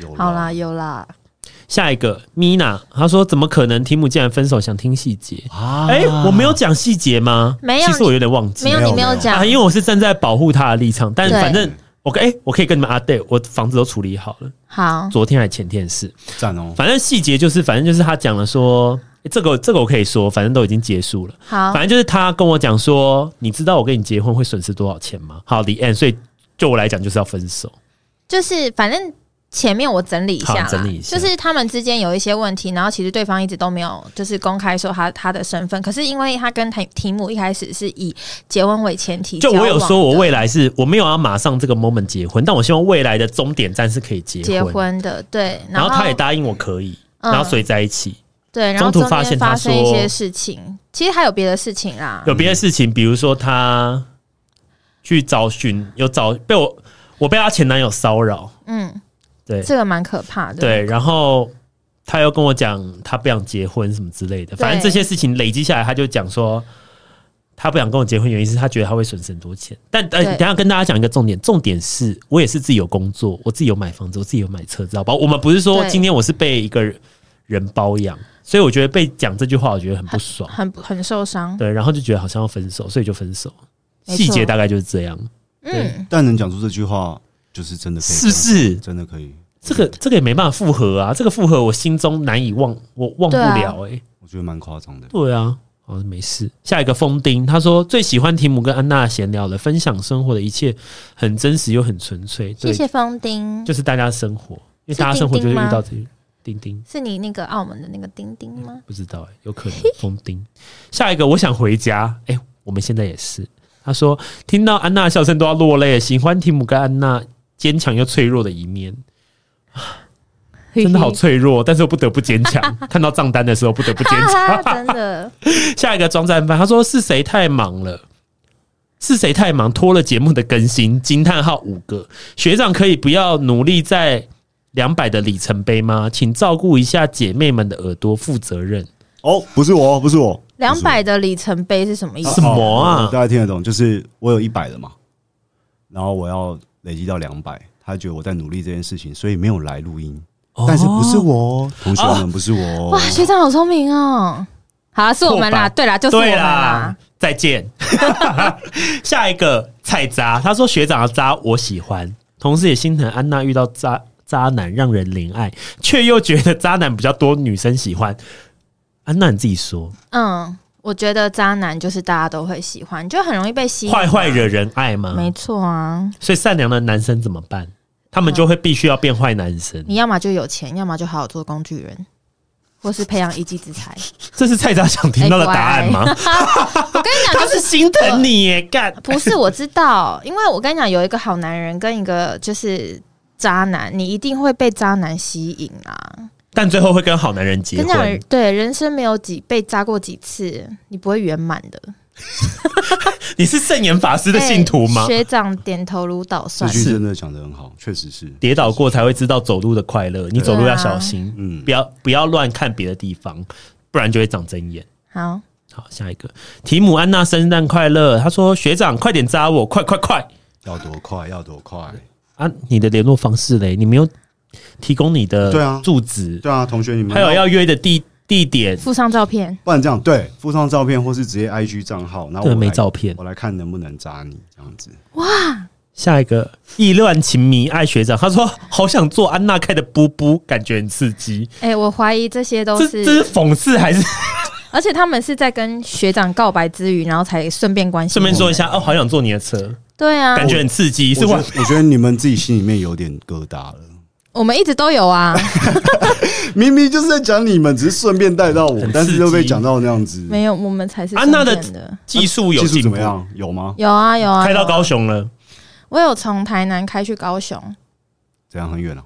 S3: 有
S4: 好啦，有啦，
S1: 下一个米娜，她说：“怎么可能？提姆竟然分手，想听细节。”
S3: 啊
S1: 哎、我没有讲细节吗？
S2: 没有
S1: 其实我有点忘记
S2: 没有
S3: 没
S2: 你
S3: 有
S2: 没有
S3: 没有
S2: 讲
S1: 啊，，因为我是站在保护他的立场，但
S2: 对
S1: 反正我跟哎、我可以跟你们阿对，我房子都处理好了，
S2: 好，
S1: 昨天还前天的事，
S3: 赞哦，
S1: 反正细节就是，反正就是他讲了说。诶这个这个我可以说，反正都已经结束了。
S2: 好
S1: 反，正就是他跟我讲说，你知道我跟你结婚会损失多少钱吗？好，李 N，所以就我来讲就是要分手。
S2: 就是反正。前面我整理一下啦
S1: 好，整理一下
S2: 就是他们之间有一些问题，然后其实对方一直都没有就是公开说他他的身份，可是因为他跟提提姆一开始是以结婚为前提交
S1: 就
S2: 往的，
S1: 我有说，我未来是我没有要马上这个 moment 结婚，但我希望未来的终点站是可以结婚。
S2: 结婚的，对，
S1: 然
S2: 后
S1: 后他也答应我可以，
S2: 嗯
S1: 然后所以在一起。
S2: 对，然后
S1: 中
S2: 中
S1: 途发现
S2: 间
S1: 他
S2: 发生一
S1: 说
S2: 些事情，其实还有别的事情啦，
S1: 有别的事情，比如说他去找寻，有找被我我被她前男友骚扰，
S2: 嗯，
S1: 对
S2: 这个蛮可怕的。
S1: 对，然后他又跟我讲他不想结婚什么之类的，反正
S2: 对
S1: 这些事情累积下来，他就讲说。他不想跟我结婚，原因是他觉得他会损失很多钱。但呃，
S2: 对
S1: 等一下跟大家讲一个重点，重点是我也是自己有工作，我自己有买房子，我自己有买车，知道吧？我们不是说
S2: 对
S1: 今天我是被一个人包养，所以我觉得被讲这句话，我觉得很不爽。
S2: 很很受伤。
S1: 对，然后就觉得好像要分手，所以就分手。
S2: 没
S1: 细节
S2: 错
S1: 大概就是这样，
S2: 嗯，
S3: 但能讲出这句话，就是真的可以，
S1: 是不？是？
S3: 哦真的可以，
S1: 这个这个也没办法复合啊，这个复合我心中难以忘，我忘不
S2: 对啊
S1: 了哎、
S3: 我觉得蛮夸张的。
S1: 对啊，好没事。下一个封丁，他说最喜欢提姆跟安娜闲聊了，分享生活的一切，很真实又很纯粹。对，
S2: 谢谢方丁，
S1: 就是大家的生活，因为
S2: 是
S1: 大家生活就
S2: 丁
S1: 是
S2: 丁
S1: 遇
S2: 吗
S1: 到这些丁丁。
S2: 是你那个澳门的那个丁丁吗？
S1: 不知道、欸，有可能封钉。下一个，我想回家。哎、我们现在也是。他说听到安娜的笑声都要落泪，喜欢提姆跟安娜坚强又脆弱的一面，真的好脆弱，但是又不得不坚强。看到账单的时候不得不坚
S2: 哈哈，
S1: 强。
S2: 啊真的，
S1: 下一个装战犯，他说是谁太忙了？是谁太忙拖了节目的更新？惊叹号五个学长可以不要努力在两百的里程碑吗？请照顾一下姐妹们的耳朵，负责任。
S3: 哦，不是我，不是我，
S2: 两百的里程碑是什么意
S1: 啊
S2: 思
S1: 什？么啊
S3: 哦大家听得懂，就是我有一百了嘛，然后我要累积到两百，他觉得我在努力这件事情，所以没有来录音。但是不是我哦，同学们不是我哦
S2: 哇，，学长好聪明哦！好啦，是我
S1: 错
S2: 们
S1: 吧
S2: 啦，对啦，就是我
S1: 对
S2: 们
S1: 啦
S2: 啦。，
S1: 再 见。下一个菜渣，他说学长的渣我喜欢，同时也心疼安娜遇到渣渣男让人怜爱，却又觉得渣男比较多女生喜欢。安娜你自己说，
S2: 嗯，我觉得渣男就是大家都会喜欢，就很容易被吸引。
S1: 坏坏惹人爱吗
S2: 没？错啊，
S1: 所以善良的男生怎么办？他们就会必须要变坏男生，
S2: 你要么就有钱，要么就好好做工具人，或是培养一技之 才。
S1: 这是菜渣想听到的答案
S2: 哎
S1: 吗？
S2: 我跟你讲，
S1: 他
S2: 就
S1: 是
S2: 是
S1: 心疼你耶，干
S2: 不是我知道， 因为我跟你讲，有一个好男人跟一个就是渣男，你一定会被渣男吸引啊。
S1: 但最后会跟好男人结
S2: 跟你讲
S1: 婚，，
S2: 对人生没有几被渣过几次，你不会圆满的。
S1: 你是圣严法师的信徒吗
S2: 哎？学长点头如捣
S3: 这
S2: 蒜，
S3: 句真的讲得很好，确实是。
S1: 跌倒过才会知道走路的快乐，你走路要小心，
S3: 啊嗯
S1: 不要不要乱看别的地方，不然就会长针眼。
S2: 好，
S1: 好，下一个，提姆安娜圣诞快乐。他说：“学长，快点扎我，快快快
S3: 要多快，要多快。
S1: 啊！你的联络方式嘞？你没有提供你的
S3: 对啊
S1: 住址，
S3: 对啊，同学，你们
S1: 还有要约的地地点，
S2: 附上照片。
S3: 不然这样，对，附上照片或是直接 IG 账号，然后
S1: 对，
S3: 我
S1: 没
S3: 来
S1: 照片。
S3: 我来看能不能扎你这样子。
S1: 下一个，意乱情迷爱学长，他说好想做安娜开的布布，感觉很刺激。
S2: 哎、我怀疑这些都
S1: 这
S2: 是，
S1: 这是讽刺还是？
S2: 而且他们是在跟学长告白之余，然后才顺便关心。
S1: 顺便说一，下，哦，好想坐你的车，
S2: 对啊，
S1: 感觉很刺激，
S3: 我
S1: 是
S3: 觉
S1: 外
S3: 得我觉得你们自己心里面有点疙瘩了，
S2: 我们一直都有啊，
S3: 明明就是在讲你们，只是顺便带到我
S1: 很，
S3: 但是又
S1: 刺
S3: 被
S1: 激
S3: 讲到那样子。
S2: 没有，我们才是
S1: 安娜的
S2: 顺便的。
S1: 技术有
S3: 啊技术
S1: 进
S3: 怎
S1: 步
S3: 么。样？有吗？
S2: 有啊有啊，
S1: 开到
S2: 有啊
S1: 高雄 了，
S2: 我有从台南开去高雄。
S3: 怎样很远啊？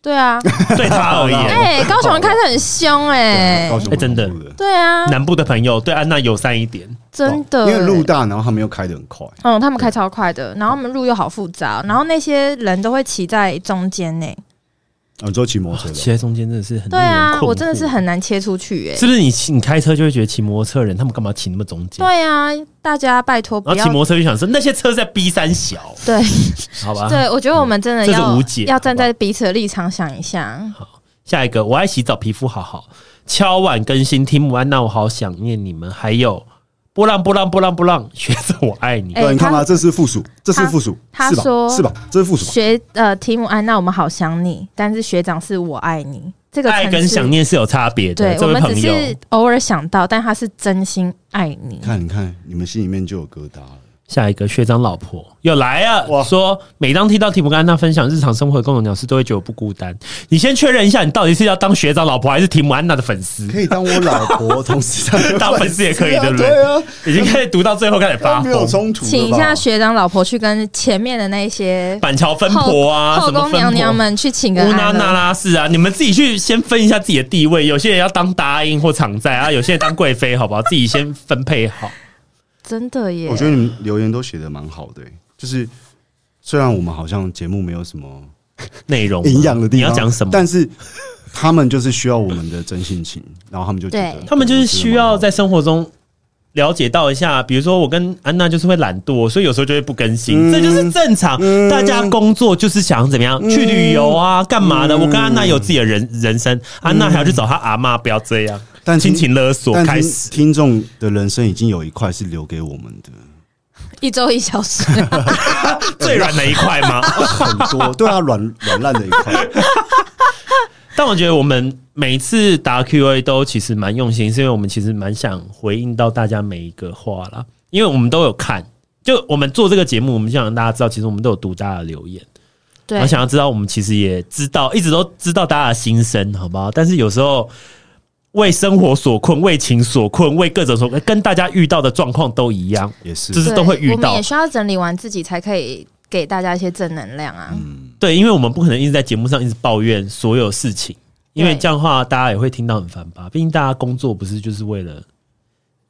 S2: 对啊，
S1: 对他而言，
S2: 哎、高雄人开的很凶哎、
S3: 对啊高雄
S1: 哎真的
S3: 蛮恐怖的，
S2: 对啊，
S1: 南部的朋友对安娜友善一点，
S2: 真的、
S3: 因为路大，然后他们又开得很快，
S2: 嗯，他们开超快的，然后他们路又好复杂，然后那些人都会骑在中间呢、
S3: 啊，你说骑摩托车
S1: 骑在中间真的是很
S2: 对
S1: 令人
S2: 啊
S1: 困，惑
S2: 我真的是很难切出去哎、
S1: 是不是你骑你开车就会觉得骑摩托车的人他们干嘛骑那么中间？
S2: 对啊，大家拜托不
S1: 然后
S2: 要
S1: 骑。摩托车就想说那些车在 B 三小，
S2: 对
S1: 好吧？
S2: 对，我觉得我们真的
S1: 这是
S2: 要
S1: 无解
S2: 要站在彼此的立场想一下。
S1: 下一个我爱洗澡，皮肤好好，敲碗更新提姆安娜，我好想念你们，还有波浪波浪波浪波浪，学着我爱你
S2: 哎。
S3: 对，你看
S2: 他
S3: 吧，这是附属，这是附属，
S2: 他
S3: 是吧
S2: 说
S3: 是吧？这是附属吧，
S2: 学呃，提姆安娜，我们好想你，但是学长是我爱你，这个
S1: 爱
S2: 层
S1: 跟
S2: 次
S1: 想，念是有差别的，
S2: 对
S1: 这
S2: 我
S1: 位
S2: 们
S1: 朋
S2: 只
S1: 友。
S2: 是偶尔想到，但他是真心爱你
S3: 你。看，你看，你们心里面就有疙瘩了。
S1: 下一个学长老婆又来了，
S3: 哇
S1: 说每当听到提姆跟安娜分享日常生活的共同鸟事，都会觉得我不孤单。你先确认一下，你到底是要当学长老婆，还是提姆安娜的粉 丝？
S3: 可以当我老婆，同时当
S1: 当粉丝也可以
S3: 对
S1: 对不对
S3: 啊对啊
S1: 已经开始读到最后开始发
S3: 啊，没有
S1: 疯，
S3: 冲突了
S2: 请
S3: 吧，
S2: 一下学长老婆去跟前面的那一些
S1: 板桥分婆啊，
S2: 后
S1: 什么
S2: 宫
S1: 分
S2: 娘娘
S1: 婆。
S2: 们去请个
S1: 乌拉
S2: 安
S1: 那
S2: 了。
S1: 拉氏啊，你们自己去先分一下自己的地位。有些人要当答应或常在啊，有些人当贵妃，好不好？自己先分配好。
S2: 真的耶
S3: 我，觉得你们留言都写的蛮好的、欸就是虽然我们好像节目没有什么
S1: 内容吗
S3: 营养的地方，
S1: 你要讲什么？
S3: 但是他们就是需要我们的真性情，然后他们就觉得
S4: 对
S1: 他们就是需要在生活中了解到一下，比如说我跟安娜就是会懒惰，所以有时候就会不更新，
S3: 嗯
S1: 这就是正常。
S3: 嗯
S1: 大家工作就是想怎么样、去旅游啊，干嘛的？我跟安娜有自己的人人生，安娜还要去找她阿妈，不要这样，
S3: 嗯但
S1: 亲
S3: 听
S1: 情勒索
S3: 但
S1: 开
S3: 听
S1: 始。
S3: 听众的人生已经有一块是留给我们的，
S2: 一周一小时，
S1: 最软的一块 吗？
S3: 很多对啊，软软烂的一块。
S1: 但我觉得我们每次答 Q&A 都其实蛮用心，是因为我们其实蛮想回应到大家每一个话啦，因为我们都有看。就我们做这个节目，我们想让大家知道，其实我们都有读大家的留言。
S2: 对
S1: 我，想要知道，我们其实也知道，一直都知道大家的心声，好不好？但是有时候为生活所困，为情所困，为各种所困，跟大家遇到的状况都一样。
S3: 也是，
S1: 就是都会遇到
S2: 对我们也需要整理完自己，才可以给大家一些正能量啊。
S1: 嗯对，因为我们不可能一直在节目上一直抱怨所有事情，因为
S2: 对
S1: 这样的话大家也会听到很烦吧。毕竟大家工作不是就是为了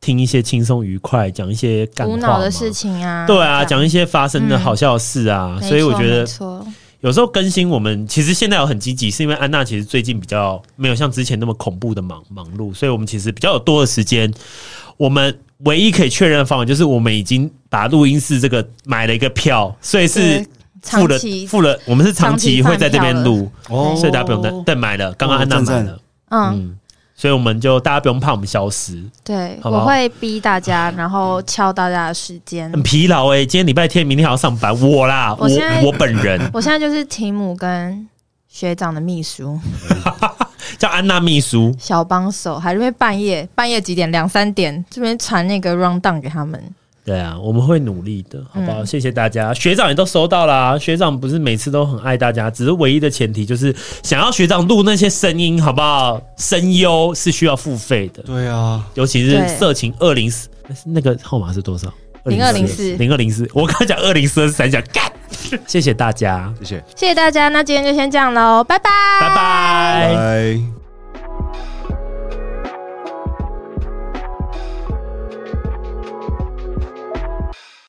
S1: 听一些轻松愉快，讲一些干话
S2: 无脑的
S1: 吗
S2: 事。情啊，
S1: 对啊，
S2: 这
S1: 讲
S2: 样嗯
S1: 一些发生的好笑的事啊，所以我觉
S2: 没
S1: 得
S2: 错，没错
S1: 有时候更新我们其实现在有很积极，是因为安娜其实最近比较没有像之前那么恐怖的忙忙碌，所以我们其实比较有多的时间。我们唯一可以确认的方法就是我们已经把录音室这个买了一个票，所以是
S2: 对
S1: 付了
S2: 长期
S1: 付了，我们是长期会在这边录，
S2: 哦
S1: 所以大家不用担。但买了，刚刚安娜买
S3: 哦赞
S1: 了
S3: 赞，
S2: 嗯，
S1: 嗯，所以我们就大家不用怕我们消失，
S2: 对，
S1: 好不好
S2: 我会逼大家，然后敲大家的时间。
S1: 很疲劳哎、今天礼拜天，明天还要上班，我啦，
S2: 我现在
S1: 我我本人
S2: 我现在就是提姆跟学长的秘书、
S1: 叫安娜秘书，
S2: 小帮手，还是会半夜半夜几点两三点这边传那个 round down 给他们。
S1: 对啊，我们会努力的，好不好？
S2: 嗯
S1: 谢谢大家，学长也都收到啦。学长不是每次都很爱大家，只是唯一的前提就是想要学长录那些声音，好不好？声优是需要付费的，
S3: 对啊，
S1: 尤其是
S2: 对
S1: 色情二零四，那个号码是多少？
S2: 0204
S1: 零二零四。我刚讲二零四三，想干。谢谢大家，
S3: 谢谢，
S2: 谢谢大家，那今天就先这样喽，拜拜。
S1: 拜拜。
S3: 拜。